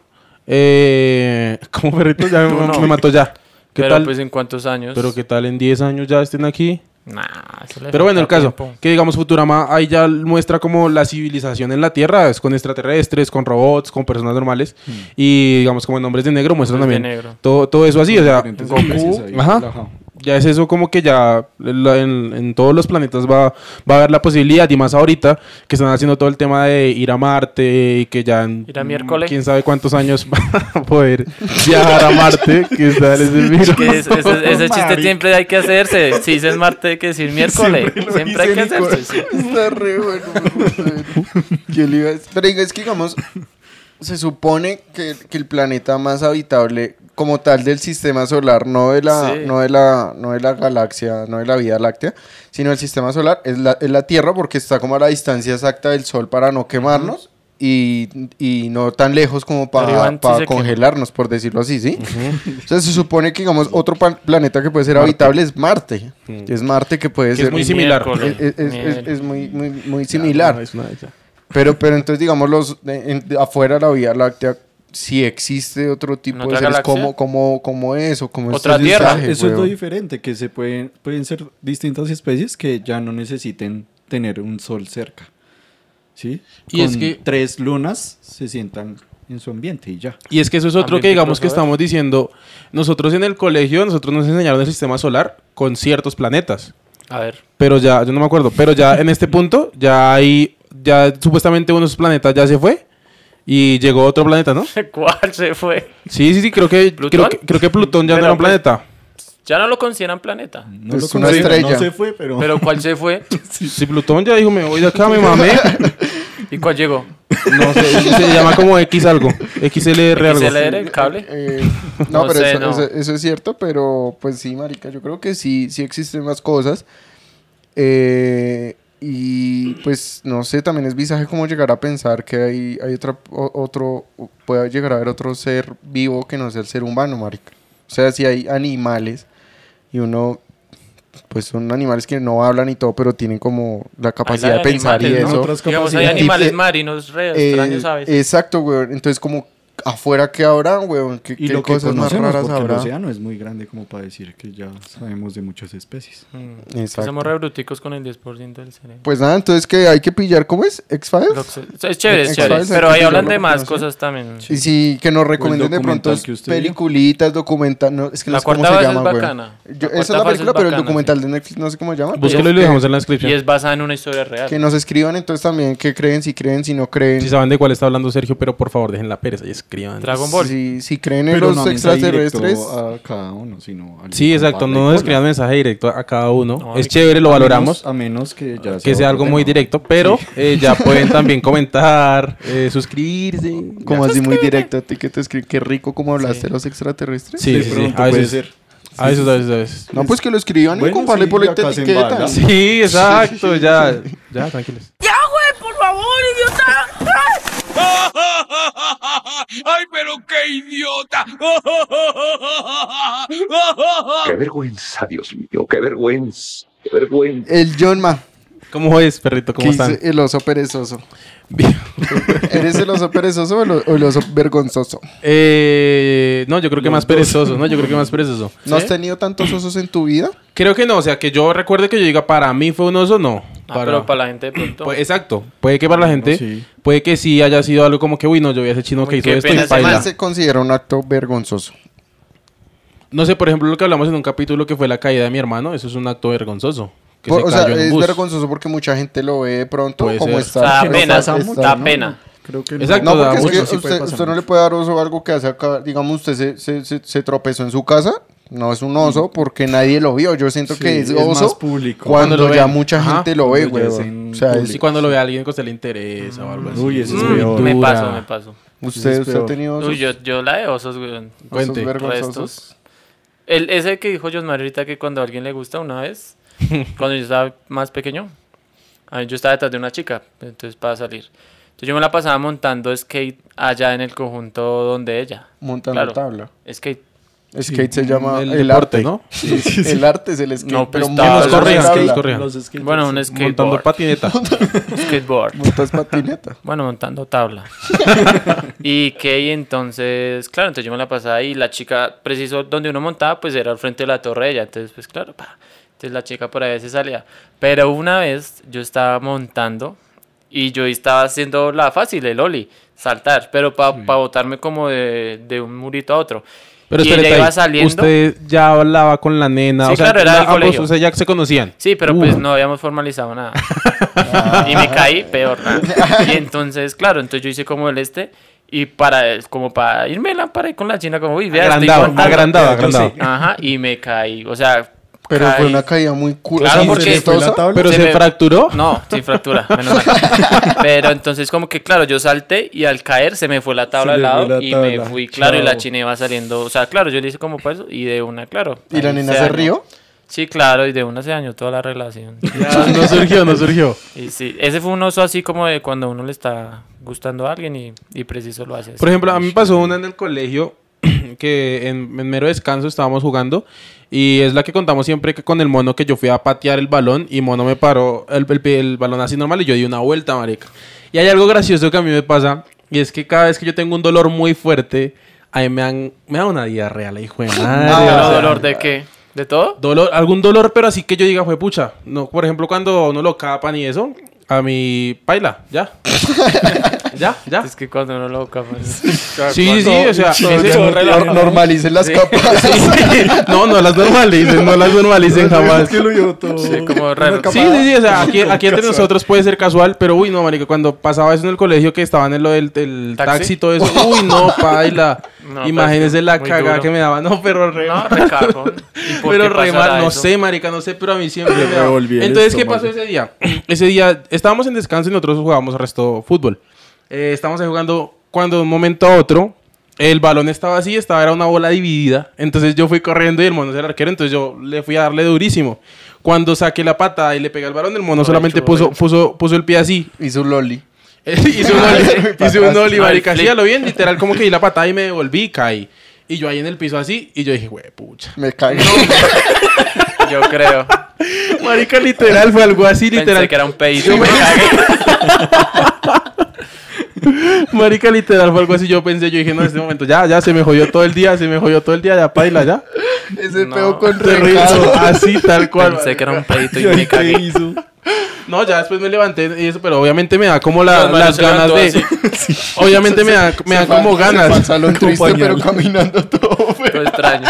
Speaker 2: Eh, [laughs] como perrito ya me,
Speaker 3: no.
Speaker 2: me mató ya. ¿Qué
Speaker 3: Pero
Speaker 2: tal?
Speaker 3: pues en cuántos años.
Speaker 2: Pero qué tal en 10 años ya estén aquí.
Speaker 3: Nah, eso le
Speaker 2: Pero bueno, el
Speaker 3: Pues falta
Speaker 2: caso,
Speaker 3: tiempo.
Speaker 2: que digamos Futurama ahí ya muestra como la civilización en la Tierra, es con extraterrestres, con robots, con personas normales y digamos como en Hombres de Negro muestran
Speaker 3: Hmm. Hombres de
Speaker 2: también
Speaker 3: negro.
Speaker 2: Todo, todo eso así, o sea,
Speaker 5: Diferentes
Speaker 3: Goku,
Speaker 5: especies ahí,
Speaker 2: ajá.
Speaker 5: relajado.
Speaker 2: ya es eso como que ya la- en, en todos los planetas va, va a haber la posibilidad y más ahorita que están haciendo todo el tema de ir a Marte y que ya en
Speaker 3: Ir a miércoles.
Speaker 2: quién sabe cuántos años [laughs] van a poder viajar a Marte, que está es el virus.
Speaker 3: Que es- ese,
Speaker 2: [laughs]
Speaker 3: ese chiste siempre hay que hacerse. Si dices martes, hay que decir miércoles. Siempre, hay que hacerse. sí.
Speaker 1: Está re bueno. güey. Yo le iba a- Pero diga, es que digamos, se supone que, que el planeta más habitable como tal del sistema solar, no de la,
Speaker 3: Sí.
Speaker 1: no de la, no de la galaxia, no de la Vía Láctea, sino del sistema solar, es la, es la Tierra porque está como a la distancia exacta del Sol para no quemarnos. Y, y no tan lejos como
Speaker 3: Pero Iván
Speaker 1: para
Speaker 3: sí se quemó.
Speaker 1: congelarnos, por decirlo así, ¿sí? O sea, se supone que, digamos, otro pan- planeta que puede ser habitable es Marte. Es Marte que puede
Speaker 2: Que
Speaker 1: ser...
Speaker 2: es muy similar.
Speaker 3: Miércoles,
Speaker 1: Es, es- es-
Speaker 3: miércoles.
Speaker 1: es muy, muy, muy similar. Pero, pero entonces, digamos, los, de- en- de afuera de la Vía Láctea, si existe otro tipo de
Speaker 3: otra
Speaker 1: seres,
Speaker 3: galaxia?
Speaker 1: ¿cómo, cómo, cómo es? ¿O cómo es
Speaker 3: Otra
Speaker 1: este
Speaker 3: Tierra.
Speaker 1: mensaje,
Speaker 5: Eso es lo
Speaker 1: weón?
Speaker 5: diferente, que se pueden, pueden ser distintas especies que ya no necesiten tener un sol cerca. ¿Sí?
Speaker 2: Y
Speaker 5: Con
Speaker 2: es que-
Speaker 5: tres lunas se sientan en su ambiente y ya.
Speaker 2: Y es que eso es otro
Speaker 3: También
Speaker 2: que digamos
Speaker 3: quiero
Speaker 2: que
Speaker 3: saber.
Speaker 2: estamos diciendo. Nosotros en el colegio, nosotros nos enseñaron el sistema solar con ciertos planetas.
Speaker 3: A ver. [laughs]
Speaker 2: Pero ya, yo no me acuerdo, pero ya en este punto, ya hay, ya supuestamente uno de esos planetas ya se fue. Y llegó otro planeta, ¿no?
Speaker 3: ¿Cuál se fue?
Speaker 2: Sí, sí, sí, creo que,
Speaker 3: ¿Plutón?
Speaker 2: creo que, creo que Plutón ya no
Speaker 3: Pero,
Speaker 2: era un
Speaker 3: pues,
Speaker 2: planeta.
Speaker 3: Ya no lo consideran planeta.
Speaker 5: No
Speaker 1: Es
Speaker 5: lo
Speaker 1: una
Speaker 5: conocen,
Speaker 1: estrella.
Speaker 5: No se fue, pero...
Speaker 3: Pero ¿cuál
Speaker 1: [laughs]
Speaker 3: se fue?
Speaker 2: Si Plutón ya dijo, me voy de acá, me
Speaker 3: [laughs]
Speaker 2: mamé.
Speaker 3: ¿Y cuál llegó?
Speaker 2: No sé, se llama como X algo. XLR algo.
Speaker 3: ¿XLR? ¿Cable?
Speaker 1: Eh,
Speaker 3: [laughs]
Speaker 1: no,
Speaker 3: No
Speaker 1: pero
Speaker 3: sé,
Speaker 1: eso,
Speaker 3: no.
Speaker 1: Eso, eso es cierto, pero pues sí, marica, yo creo que sí, sí existen más cosas. Eh, y pues no sé, también es visaje como llegar a pensar que hay, hay otra, o- otro, o pueda llegar a haber otro ser vivo que no sea el ser humano, marica. O sea, si hay animales y uno, pues son animales que no hablan y todo, pero tienen como la capacidad de
Speaker 3: Hablan
Speaker 1: Pues pensar y
Speaker 3: animales,
Speaker 1: eso.
Speaker 5: ¿no? Otras
Speaker 3: Digamos, hay
Speaker 5: capacidades.
Speaker 3: animales
Speaker 1: Dice-
Speaker 3: marinos re
Speaker 1: Eh,
Speaker 3: extraños, ¿sabes?
Speaker 1: Exacto, weón. Entonces, como afuera que habrá, weón, ¿Qué,
Speaker 5: y
Speaker 1: qué
Speaker 5: lo que
Speaker 1: cosas más
Speaker 5: conocemos,
Speaker 1: raras
Speaker 5: porque el
Speaker 1: habrá.
Speaker 5: océano es muy grande como para decir que ya sabemos de muchas especies.
Speaker 3: Mm, que
Speaker 1: Exacto.
Speaker 3: Somos re bruticos con el 10% del cerebro.
Speaker 1: Pues nada, entonces que hay que pillar, ¿cómo es?
Speaker 3: Lo
Speaker 1: X-Files.
Speaker 3: que se- Es chévere, es
Speaker 1: X-Files,
Speaker 3: chévere.
Speaker 1: hay que
Speaker 3: Pero ahí
Speaker 1: pillarlo
Speaker 3: hablan de
Speaker 1: porque
Speaker 3: más
Speaker 1: no sé.
Speaker 3: cosas también.
Speaker 1: Y sí, que nos recomienden de pronto
Speaker 5: documental que usted vio.
Speaker 1: peliculitas, documental. No, es que no
Speaker 3: La
Speaker 1: sé cómo
Speaker 3: cuarta
Speaker 1: se
Speaker 3: fase
Speaker 1: llama,
Speaker 3: es
Speaker 1: weón.
Speaker 3: bacana. La
Speaker 1: Yo-
Speaker 3: cuarta
Speaker 1: esa es la
Speaker 3: fase es
Speaker 1: película, pero el
Speaker 3: bacana,
Speaker 1: documental de Netflix no sé cómo se llama.
Speaker 2: Búsquelo y lo dejamos en la descripción.
Speaker 3: Y es basada en una historia real.
Speaker 1: Que nos escriban entonces también qué creen, si creen, si no creen.
Speaker 2: Si saben de cuál está hablando Sergio, pero por favor, dejen la pereza y escriban.
Speaker 3: Dragon Ball.
Speaker 1: Si, si creen en
Speaker 5: Pero
Speaker 1: los
Speaker 5: no mensaje directo
Speaker 1: extraterrestres.
Speaker 5: a cada uno, sino al-
Speaker 2: Sí, exacto.
Speaker 5: al-
Speaker 2: No
Speaker 5: al-
Speaker 2: escriban mensaje directo a cada uno.
Speaker 3: No,
Speaker 2: es
Speaker 3: amigo.
Speaker 2: chévere, lo
Speaker 5: A menos-
Speaker 2: valoramos.
Speaker 5: A menos que ya
Speaker 2: Que sea algo
Speaker 5: otro
Speaker 2: muy
Speaker 5: tema.
Speaker 2: directo, pero eh,
Speaker 5: [laughs]
Speaker 2: ya pueden también comentar, eh, suscribirse.
Speaker 1: Como así
Speaker 3: [laughs]
Speaker 1: muy directo a ti que te escriben. Qué rico como hablaste de los extraterrestres.
Speaker 2: Sí,
Speaker 5: De
Speaker 2: sí, sí,
Speaker 5: pronto
Speaker 2: A
Speaker 5: puede
Speaker 2: veces,
Speaker 5: ser.
Speaker 2: a veces, a veces, a veces.
Speaker 1: No, pues que lo escriban y
Speaker 5: Bueno,
Speaker 1: comparle
Speaker 5: sí,
Speaker 1: por la
Speaker 5: acá se
Speaker 1: etiqueta.
Speaker 5: embala.
Speaker 2: Sí, exacto, ya. Ya, tranquilos.
Speaker 7: Qué vergüenza, Dios mío, qué vergüenza, qué vergüenza.
Speaker 1: El John Ma,
Speaker 2: ¿Cómo es, perrito?
Speaker 1: que
Speaker 2: ¿Cómo están? [laughs]
Speaker 1: dice el oso perezoso. ¿Eres el oso perezoso o el, o el oso vergonzoso?
Speaker 2: Eh, no, yo creo que más perezoso, ¿no? Yo creo que más perezoso. ¿Eh?
Speaker 1: ¿No has tenido tantos osos en tu vida?
Speaker 2: Creo que no, o sea, que yo recuerde que yo diga, para mí fue un oso, no.
Speaker 3: Ah, pero para la gente de pronto.
Speaker 2: Pues, exacto, puede que para la gente,
Speaker 5: sí.
Speaker 2: puede que sí haya sido algo como que, uy, no, yo vi a ese chino que
Speaker 3: Uy,
Speaker 2: hizo
Speaker 3: qué
Speaker 2: esto
Speaker 3: pena
Speaker 2: y
Speaker 3: ese
Speaker 2: paila".
Speaker 3: man.
Speaker 1: Además, se considera un acto vergonzoso.
Speaker 2: No sé, por ejemplo, lo que hablamos en un capítulo que fue la caída de mi hermano, eso es un acto vergonzoso. Que
Speaker 1: Por-
Speaker 2: se
Speaker 1: o sea,
Speaker 2: cayó en un
Speaker 1: es
Speaker 2: bus.
Speaker 1: vergonzoso porque mucha gente lo ve de pronto
Speaker 2: Puede
Speaker 1: como
Speaker 2: ser.
Speaker 1: está.
Speaker 3: O sea, da
Speaker 1: pero
Speaker 3: pena,
Speaker 1: pasa mucho,
Speaker 3: da
Speaker 1: ¿no?
Speaker 3: pena.
Speaker 5: Creo que
Speaker 2: Exacto,
Speaker 1: No,
Speaker 2: da
Speaker 1: porque es que
Speaker 2: mucho,
Speaker 5: sí puede
Speaker 1: usted,
Speaker 5: pasar
Speaker 1: usted no le
Speaker 5: mucho.
Speaker 1: puede dar oso a algo que hace acá. Digamos, usted se, se- se- se tropezó en su casa. No es un oso porque nadie lo vio. Yo siento
Speaker 5: Mm. Sí,
Speaker 1: que es
Speaker 5: es
Speaker 1: oso
Speaker 5: más público.
Speaker 1: cuando,
Speaker 2: Cuando lo
Speaker 1: ya
Speaker 2: ven.
Speaker 1: mucha
Speaker 2: Ajá,
Speaker 1: gente lo ve,
Speaker 5: cuando ya
Speaker 1: güey.
Speaker 5: es en
Speaker 1: O sea, es-
Speaker 2: Y cuando lo ve a alguien que a usted le interesa o algo así.
Speaker 5: Uy, eso es
Speaker 3: Mm,
Speaker 5: peor.
Speaker 3: me
Speaker 2: Dura.
Speaker 3: paso, me paso.
Speaker 1: usted,
Speaker 5: es
Speaker 1: usted ha
Speaker 5: peor.
Speaker 1: tenido osos,
Speaker 3: Uy, yo, yo la de osos, güey.
Speaker 1: osos
Speaker 2: Cuente.
Speaker 1: vergonzosos.
Speaker 3: El, ese que dijo Josmar ahorita que cuando a alguien le gusta una vez, cuando yo estaba más pequeño, a mí yo estaba detrás de una chica, entonces para salir. Entonces yo me la pasaba montando skate allá en el conjunto donde ella.
Speaker 1: Montando
Speaker 3: Claro.
Speaker 1: tabla.
Speaker 3: Skate.
Speaker 1: Skate se llama el,
Speaker 2: el, deporte,
Speaker 1: arte.
Speaker 2: [laughs] ¿no?
Speaker 1: El arte es el skate.
Speaker 3: No, pues,
Speaker 1: pero
Speaker 3: tabla.
Speaker 1: montas
Speaker 2: Los correas,
Speaker 1: tabla,
Speaker 2: skate, correas.
Speaker 5: Los skaters.
Speaker 3: Bueno, un
Speaker 2: Montando
Speaker 3: skateboard. [laughs]
Speaker 2: patineta.
Speaker 3: skateboard.
Speaker 1: Montas patineta.
Speaker 3: Bueno,
Speaker 2: [laughs]
Speaker 3: montando tabla. y que y entonces, claro, entonces yo me la pasaba ahí y la chica, preciso donde uno montaba, pues era al frente de la torre de ella. Entonces, pues claro, pa. Entonces la chica por ahí se salía. Pero una vez yo estaba montando y yo estaba haciendo la fácil, el ollie, saltar, pero para botarme como de, de un murito a otro.
Speaker 2: Pero
Speaker 3: y
Speaker 2: espere,
Speaker 3: ella iba
Speaker 2: ahí,
Speaker 3: saliendo.
Speaker 2: Usted ya hablaba con la nena.
Speaker 3: Sí,
Speaker 2: o sea,
Speaker 3: claro, era
Speaker 2: la-
Speaker 3: del
Speaker 2: ambos,
Speaker 3: colegio.
Speaker 2: O sea, ya se conocían.
Speaker 3: Sí, pero
Speaker 2: Uh.
Speaker 3: pues no habíamos
Speaker 1: [laughs]
Speaker 3: formalizado nada. y me caí peor. nada. Y entonces, claro, entonces yo hice como el este y para como para irme la paré con la china como uy, vea, estoy
Speaker 2: Agrandado,
Speaker 3: montando".
Speaker 2: agrandado, agrandado.
Speaker 3: Ajá, y me caí, o sea,
Speaker 1: Pero fue
Speaker 3: caí.
Speaker 1: una caída muy cool.
Speaker 3: Claro,
Speaker 1: así,
Speaker 3: Ah, porque-
Speaker 5: ¿Se le fue la
Speaker 1: chistosa.
Speaker 5: tabla?
Speaker 2: Pero
Speaker 3: Se
Speaker 2: se,
Speaker 3: me-
Speaker 2: fracturó.
Speaker 3: [laughs] No, sin fractura,
Speaker 1: [laughs]
Speaker 3: menos mal. Pero entonces como que claro, yo salté y al caer se me fue la tabla
Speaker 5: Se
Speaker 3: al
Speaker 5: le fue
Speaker 3: lado
Speaker 5: la
Speaker 3: y me
Speaker 5: tabla.
Speaker 3: fui, claro, y la
Speaker 5: Chao.
Speaker 3: china iba saliendo, o sea, claro, yo le hice como para eso y de una, claro.
Speaker 1: ¿Y la
Speaker 3: ahí
Speaker 1: nena se
Speaker 3: dañó.
Speaker 1: rió?
Speaker 3: Sí, claro, y de una se dañó toda la relación.
Speaker 2: [laughs] No surgió, no surgió.
Speaker 3: Y sí, ese fue un oso así como de cuando uno le está gustando a alguien y, y preciso lo hace. así.
Speaker 2: Por ejemplo, a mí me pasó una en el colegio [clears throat] que en, en mero descanso estábamos jugando y es la que contamos siempre que con el mono que yo fui a patear el balón y mono me paró el, el pie- el balón así normal y yo di una vuelta, marica. Y hay algo gracioso que a mí me pasa y es que cada vez que yo tengo un dolor muy fuerte, a mí me, dan, me da una diarrea, la hijo de madre.
Speaker 3: ¿Pero
Speaker 2: o sea,
Speaker 3: Ah, dolor de qué? ¿De todo?
Speaker 2: Dolor, algún dolor, pero así que yo diga, fue pucha. No, por ejemplo, cuando a uno lo capan y eso, a mi paila, ya. [laughs] ya, ya.
Speaker 3: Es que cuando uno lo busca, pues,
Speaker 5: [laughs]
Speaker 2: Sí, sí, sí, o sea, ese-
Speaker 1: Nor- Normalicen las capas.
Speaker 2: [laughs] no, no las normalicen, no las normalicen jamás.
Speaker 5: que lo llevó todo.
Speaker 3: sí,
Speaker 5: [laughs]
Speaker 3: como raro.
Speaker 2: Sí, sí, sí, o sea, aquí, aquí entre nosotros puede ser casual, pero uy, no, marica, cuando pasaba eso en el colegio que estaban en lo del, del
Speaker 3: ¿Taxi?
Speaker 2: ¿Taxi? y todo eso, uy,
Speaker 3: [laughs]
Speaker 2: no, paila.
Speaker 3: No,
Speaker 2: Imagínense
Speaker 3: pero
Speaker 2: la
Speaker 3: muy
Speaker 2: cagada
Speaker 3: duro.
Speaker 2: que me daba, no, pero re
Speaker 3: No,
Speaker 2: mal.
Speaker 3: recagón.
Speaker 2: [laughs]
Speaker 3: ¿Y por
Speaker 2: Pero
Speaker 3: qué
Speaker 2: re
Speaker 3: pasará
Speaker 2: mal, no
Speaker 3: eso?
Speaker 2: sé, marica, no sé, pero a mí siempre me daba.
Speaker 5: revolví el
Speaker 2: Entonces, ¿qué
Speaker 5: estómago.
Speaker 2: pasó ese día? [clears throat] ese día estábamos en descanso y nosotros jugábamos resto fútbol. Eh, estábamos ahí jugando cuando de un momento a otro el balón estaba así, estaba era una bola dividida. Entonces yo fui corriendo y el mono era el arquero, entonces yo le fui a darle durísimo. Cuando saqué la pata y le pegué al balón, el mono solamente puso, puso, puso el pie así. [laughs]
Speaker 1: Y su loli.
Speaker 2: hizo [laughs] un ollie, hizo un ollie,
Speaker 3: Ah,
Speaker 2: marica.
Speaker 3: el
Speaker 2: Sí,
Speaker 3: flip.
Speaker 2: a lo bien, literal, como que di la patada y me devolví y caí. Y yo ahí en el piso así, y yo dije, güey, pucha.
Speaker 1: Me cago.
Speaker 3: Yo creo.
Speaker 2: Marica, literal, fue algo así, [laughs] literal.
Speaker 3: Pensé que era un pedito.
Speaker 2: [laughs] Marica, literal, fue algo así. Yo pensé, yo dije, no, en este momento, ya, ya, se me jodió todo el día, se me jodió todo el día, ya, paila,
Speaker 1: [laughs]
Speaker 2: ya.
Speaker 1: [laughs] Ese
Speaker 3: No.
Speaker 1: peo con
Speaker 2: Terrible,
Speaker 1: recado.
Speaker 2: así, tal [laughs] cual.
Speaker 3: Pensé que era un pedito y
Speaker 5: ¿Qué
Speaker 3: me cagué.
Speaker 5: hizo?
Speaker 2: No, ya después me levanté y eso, pero obviamente me da como la-
Speaker 3: Los manos
Speaker 2: las
Speaker 3: se
Speaker 2: ganas de...
Speaker 3: levantó
Speaker 2: [laughs]
Speaker 1: [laughs]
Speaker 2: Obviamente me da, me da como
Speaker 1: Fue al
Speaker 2: ganas.
Speaker 1: salón triste,
Speaker 5: pañal.
Speaker 1: pero caminando
Speaker 2: [laughs]
Speaker 1: todo. feo.
Speaker 3: Todo extraño.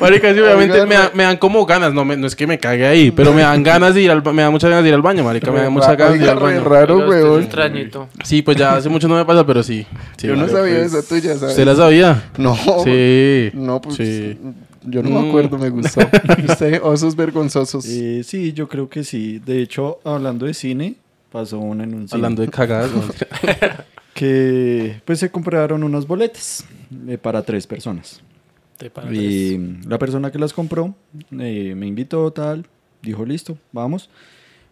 Speaker 2: Marica, sí, obviamente
Speaker 1: Oigan,
Speaker 2: me, da- me dan como ganas. No, me- no es que me cague ahí, pero me dan ganas de ir al ba- Me dan muchas ganas de ir al baño, marica. Me dan muchas ganas de ir
Speaker 1: Oiga,
Speaker 2: al
Speaker 1: re
Speaker 2: baño.
Speaker 1: raro,
Speaker 3: Pero usted es
Speaker 1: weón.
Speaker 3: extrañito.
Speaker 2: Sí, pues ya hace mucho no me pasa, pero sí. sí
Speaker 1: Yo no
Speaker 2: marica.
Speaker 1: sabía esa tuya, ¿sabes?
Speaker 2: ¿Usted la sabía?
Speaker 1: No.
Speaker 2: Sí.
Speaker 1: No, pues.
Speaker 2: Sí.
Speaker 1: Yo no me
Speaker 2: Mm.
Speaker 1: acuerdo, me
Speaker 2: [laughs]
Speaker 1: gustó. Usted, osos vergonzosos.
Speaker 5: Eh, sí, yo creo que sí. De hecho, hablando de cine, pasó una en un cine
Speaker 2: Hablando de cagadas. ¿no?
Speaker 5: que pues se compraron unos boletes eh, para tres personas.
Speaker 3: Te paras.
Speaker 5: Y la persona que las compró eh, me invitó, tal, dijo, listo, vamos.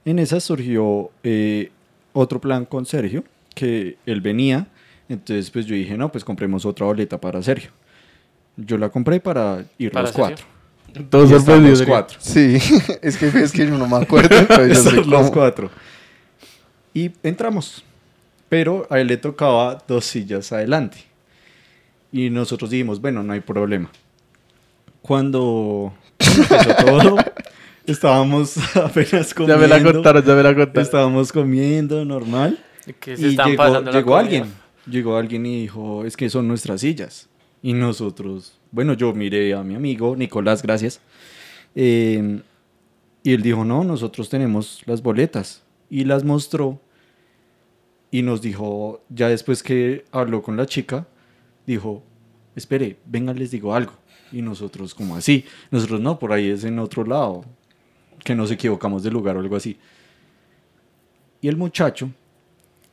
Speaker 5: En esa surgió eh, otro plan con Sergio, que él venía, entonces pues yo dije, no, pues compremos otra boleta para Sergio. Yo la compré para ir
Speaker 3: ¿Para
Speaker 5: los
Speaker 3: Sergio?
Speaker 5: cuatro.
Speaker 2: Todos
Speaker 5: Y estamos
Speaker 2: sorprendidos.
Speaker 1: [laughs]
Speaker 5: cuatro. [laughs]
Speaker 1: Sí, es que es que yo no me acuerdo, pero yo sé
Speaker 5: Los
Speaker 1: cómo.
Speaker 5: cuatro. Y entramos. Pero a él le tocaba dos sillas adelante. Y nosotros dijimos, bueno, no hay problema. Cuando
Speaker 2: [laughs]
Speaker 5: empezó todo, estábamos [laughs] apenas
Speaker 2: Ya
Speaker 5: comiendo.
Speaker 2: me la contaron, ya me la contaron.
Speaker 5: Estábamos comiendo normal.
Speaker 3: Que se
Speaker 5: Y
Speaker 3: están
Speaker 5: llegó,
Speaker 3: pasando la
Speaker 5: llegó
Speaker 3: comida.
Speaker 5: alguien. Llegó alguien y dijo, es que son nuestras sillas. Y nosotros, bueno, yo miré a mi amigo, Nicolás, gracias. Eh, y él dijo, no, nosotros tenemos las boletas. Y las mostró. Y nos dijo, ya después que habló con la chica, dijo, espere, vengan, les digo algo. Y nosotros, como así, nosotros no, por ahí es en otro lado, que nos equivocamos de lugar o algo así. Y el muchacho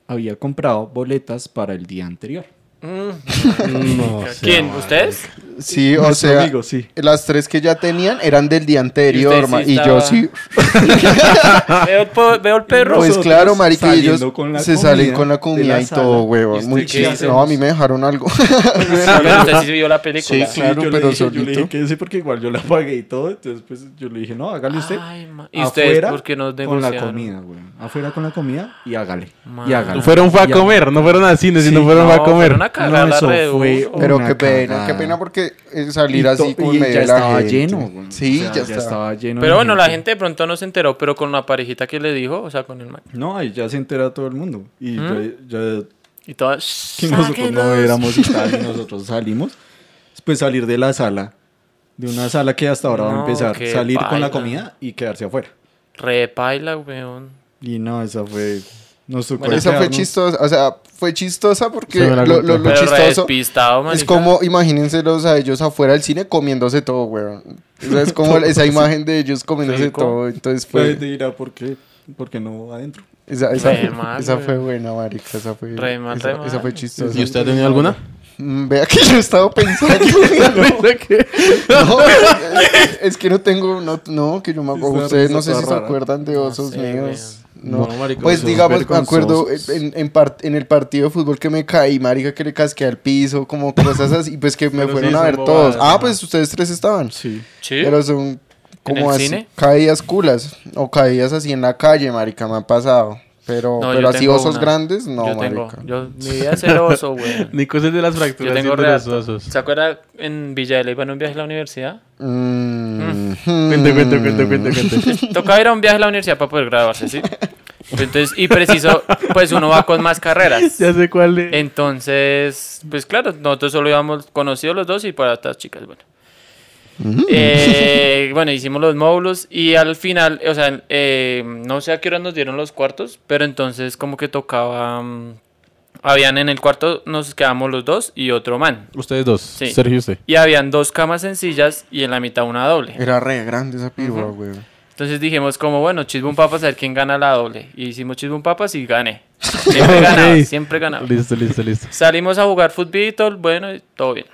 Speaker 5: había comprado boletas para el día anterior.
Speaker 3: Mm. ¿Quién? ¿Ustedes?
Speaker 1: Sí, o
Speaker 5: Nuestro
Speaker 1: sea,
Speaker 5: amigo, sí.
Speaker 1: las tres que ya tenían eran del día anterior,
Speaker 3: usted sí
Speaker 1: ma- y,
Speaker 3: estaba-
Speaker 1: yo sí.
Speaker 2: Ah.
Speaker 3: Veo el, po- veo el perro.
Speaker 1: Pues
Speaker 5: Nosotros
Speaker 1: claro, marica,
Speaker 5: saliendo
Speaker 1: ellos
Speaker 5: con la
Speaker 1: se salen
Speaker 5: comida
Speaker 1: con la
Speaker 5: de
Speaker 1: comida
Speaker 5: la
Speaker 1: y
Speaker 5: sala.
Speaker 1: todo,
Speaker 5: ¿Y
Speaker 1: huevón.
Speaker 5: usted
Speaker 1: Muy
Speaker 5: qué
Speaker 1: chiste.
Speaker 5: hacemos?
Speaker 1: No, a mí me dejaron
Speaker 5: [laughs]
Speaker 1: algo. [laughs]
Speaker 3: Ah, Pero usted sí vio la película.
Speaker 1: Sí, claro,
Speaker 5: yo le
Speaker 1: pero
Speaker 5: dije- yo le
Speaker 1: solito.
Speaker 5: dije que sí, porque igual yo la pagué y todo. Entonces, pues yo le dije, no, hágale usted.
Speaker 3: Ay, ma- ¿Y ustedes por qué nos
Speaker 5: con la
Speaker 3: denunciaron?
Speaker 5: comida, güey. Afuera con la comida y hágale.
Speaker 3: Man.
Speaker 5: Y hágale.
Speaker 2: Fueron fue a
Speaker 5: Y
Speaker 2: comer, no fueron al cine,
Speaker 5: Sí,
Speaker 2: sino fueron
Speaker 3: No,
Speaker 2: fue a comer.
Speaker 3: fueron a cagar la
Speaker 5: eso
Speaker 3: red,
Speaker 5: fue-
Speaker 3: uh,
Speaker 1: Pero
Speaker 5: Una
Speaker 1: qué pena,
Speaker 5: cagada.
Speaker 1: qué pena porque eh, salir
Speaker 5: Y
Speaker 1: así
Speaker 5: to-
Speaker 1: como
Speaker 5: y
Speaker 1: medio
Speaker 5: ya
Speaker 1: de la
Speaker 5: estaba
Speaker 1: gente.
Speaker 5: lleno, güey.
Speaker 1: Sí,
Speaker 5: O sea,
Speaker 1: ya, estaba.
Speaker 5: lleno.
Speaker 3: Pero
Speaker 5: de
Speaker 3: bueno, la gente de pronto no se enteró, pero con la parejita que le dijo, o sea, con el man.
Speaker 5: No, ahí ya se entera todo el mundo. Y ya, ya
Speaker 3: Y toda.
Speaker 5: Ah, que nosotros no éramos y [laughs] tal, y nosotros salimos. Después salir de la sala, de una sala que hasta ahora va a
Speaker 3: No,
Speaker 5: empezar,
Speaker 3: qué
Speaker 5: salir con
Speaker 3: paila.
Speaker 5: la comida y quedarse afuera.
Speaker 3: Repaila, weón.
Speaker 5: Y no, esa fue. Nos tocó
Speaker 3: Bueno,
Speaker 1: Esa fue
Speaker 5: quedarnos.
Speaker 1: chistosa, o sea, fue chistosa porque
Speaker 2: Se me la
Speaker 1: lo, lo-
Speaker 2: contó.
Speaker 1: lo
Speaker 3: Pero re
Speaker 1: chistoso
Speaker 3: despistado, man.
Speaker 1: es como, imagínenselos a ellos afuera del cine comiéndose todo, weón. O sea, es como esa imagen de ellos comiéndose
Speaker 3: Rico.
Speaker 1: todo, entonces
Speaker 5: Fue
Speaker 1: fue...
Speaker 5: de ir a por qué, por qué no adentro.
Speaker 1: Esa, esa,
Speaker 3: Re
Speaker 1: fue-
Speaker 3: mal,
Speaker 1: esa
Speaker 3: güey.
Speaker 1: fue buena, marica, esa fue...
Speaker 3: Re mal,
Speaker 1: esa,
Speaker 3: re
Speaker 1: esa fue
Speaker 3: mal.
Speaker 1: chistosa.
Speaker 2: ¿Y usted ha tenido alguna?
Speaker 1: Mm, Vea que yo he estado pensando...
Speaker 2: [laughs]
Speaker 1: No, es que no tengo, no, no, que yo me acuerdo.
Speaker 5: Esa
Speaker 1: Ustedes no sé
Speaker 5: risa
Speaker 1: si
Speaker 5: toda
Speaker 1: se
Speaker 5: rara.
Speaker 1: acuerdan de osos
Speaker 3: sé,
Speaker 1: míos. No.
Speaker 2: No, marica,
Speaker 1: pues
Speaker 2: son
Speaker 1: digamos, me acuerdo
Speaker 5: vergonzosos.
Speaker 1: en, en, par- en el partido de fútbol que me caí, marica, que le casqué al piso, como cosas así, pues que me
Speaker 2: Pero sí,
Speaker 1: fueron a
Speaker 2: son
Speaker 1: ver
Speaker 2: bobadas,
Speaker 1: todos. Ah,
Speaker 2: ajá.
Speaker 1: pues ustedes tres estaban.
Speaker 5: Sí.
Speaker 3: Sí.
Speaker 1: Pero son
Speaker 3: el
Speaker 1: como así,
Speaker 3: cine?
Speaker 1: caídas culas, o caídas así en la calle, marica, me han pasado. Pero,
Speaker 3: No,
Speaker 1: pero
Speaker 3: yo
Speaker 1: así
Speaker 3: tengo
Speaker 1: osos
Speaker 3: una.
Speaker 1: grandes, no,
Speaker 3: yo tengo.
Speaker 1: marica.
Speaker 3: Yo, mi vida es el oso, weón.
Speaker 2: Nico es el de las fracturas
Speaker 3: Yo tengo
Speaker 2: y el de
Speaker 3: real.
Speaker 2: los osos.
Speaker 3: ¿Se acuerda en Villa de Leyva en un viaje a la universidad?
Speaker 1: Mm.
Speaker 2: Cuente, cuente, cuente, cuente, cuente.
Speaker 3: [laughs] Tocaba ir a un viaje a la universidad para poder graduarse, ¿sí? Entonces, y preciso, pues uno va con
Speaker 1: [laughs]
Speaker 3: más carreras.
Speaker 2: ya sé cuál es.
Speaker 3: Entonces, pues claro, nosotros solo íbamos conocidos los dos y para estas chicas, bueno. Eh, bueno, hicimos los módulos y al final, o sea, eh, no sé a qué hora nos dieron los cuartos, pero entonces como que tocaba, mm, habían en el cuarto, nos quedamos los dos y otro man.
Speaker 2: Ustedes dos.
Speaker 3: Sí.
Speaker 2: Sergio y usted.
Speaker 3: Y habían dos camas sencillas y en la mitad una doble.
Speaker 1: Era re grande esa pirua, güey.
Speaker 3: Entonces dijimos como, bueno, chisbum papas a ver quién gana la doble. Y hicimos chisbum papas y gané. Siempre ganaba,
Speaker 2: Ok.
Speaker 3: siempre ganaba.
Speaker 2: Listo, listo,
Speaker 3: [laughs]
Speaker 2: listo.
Speaker 3: Salimos a jugar fútbol, bueno, y todo bien.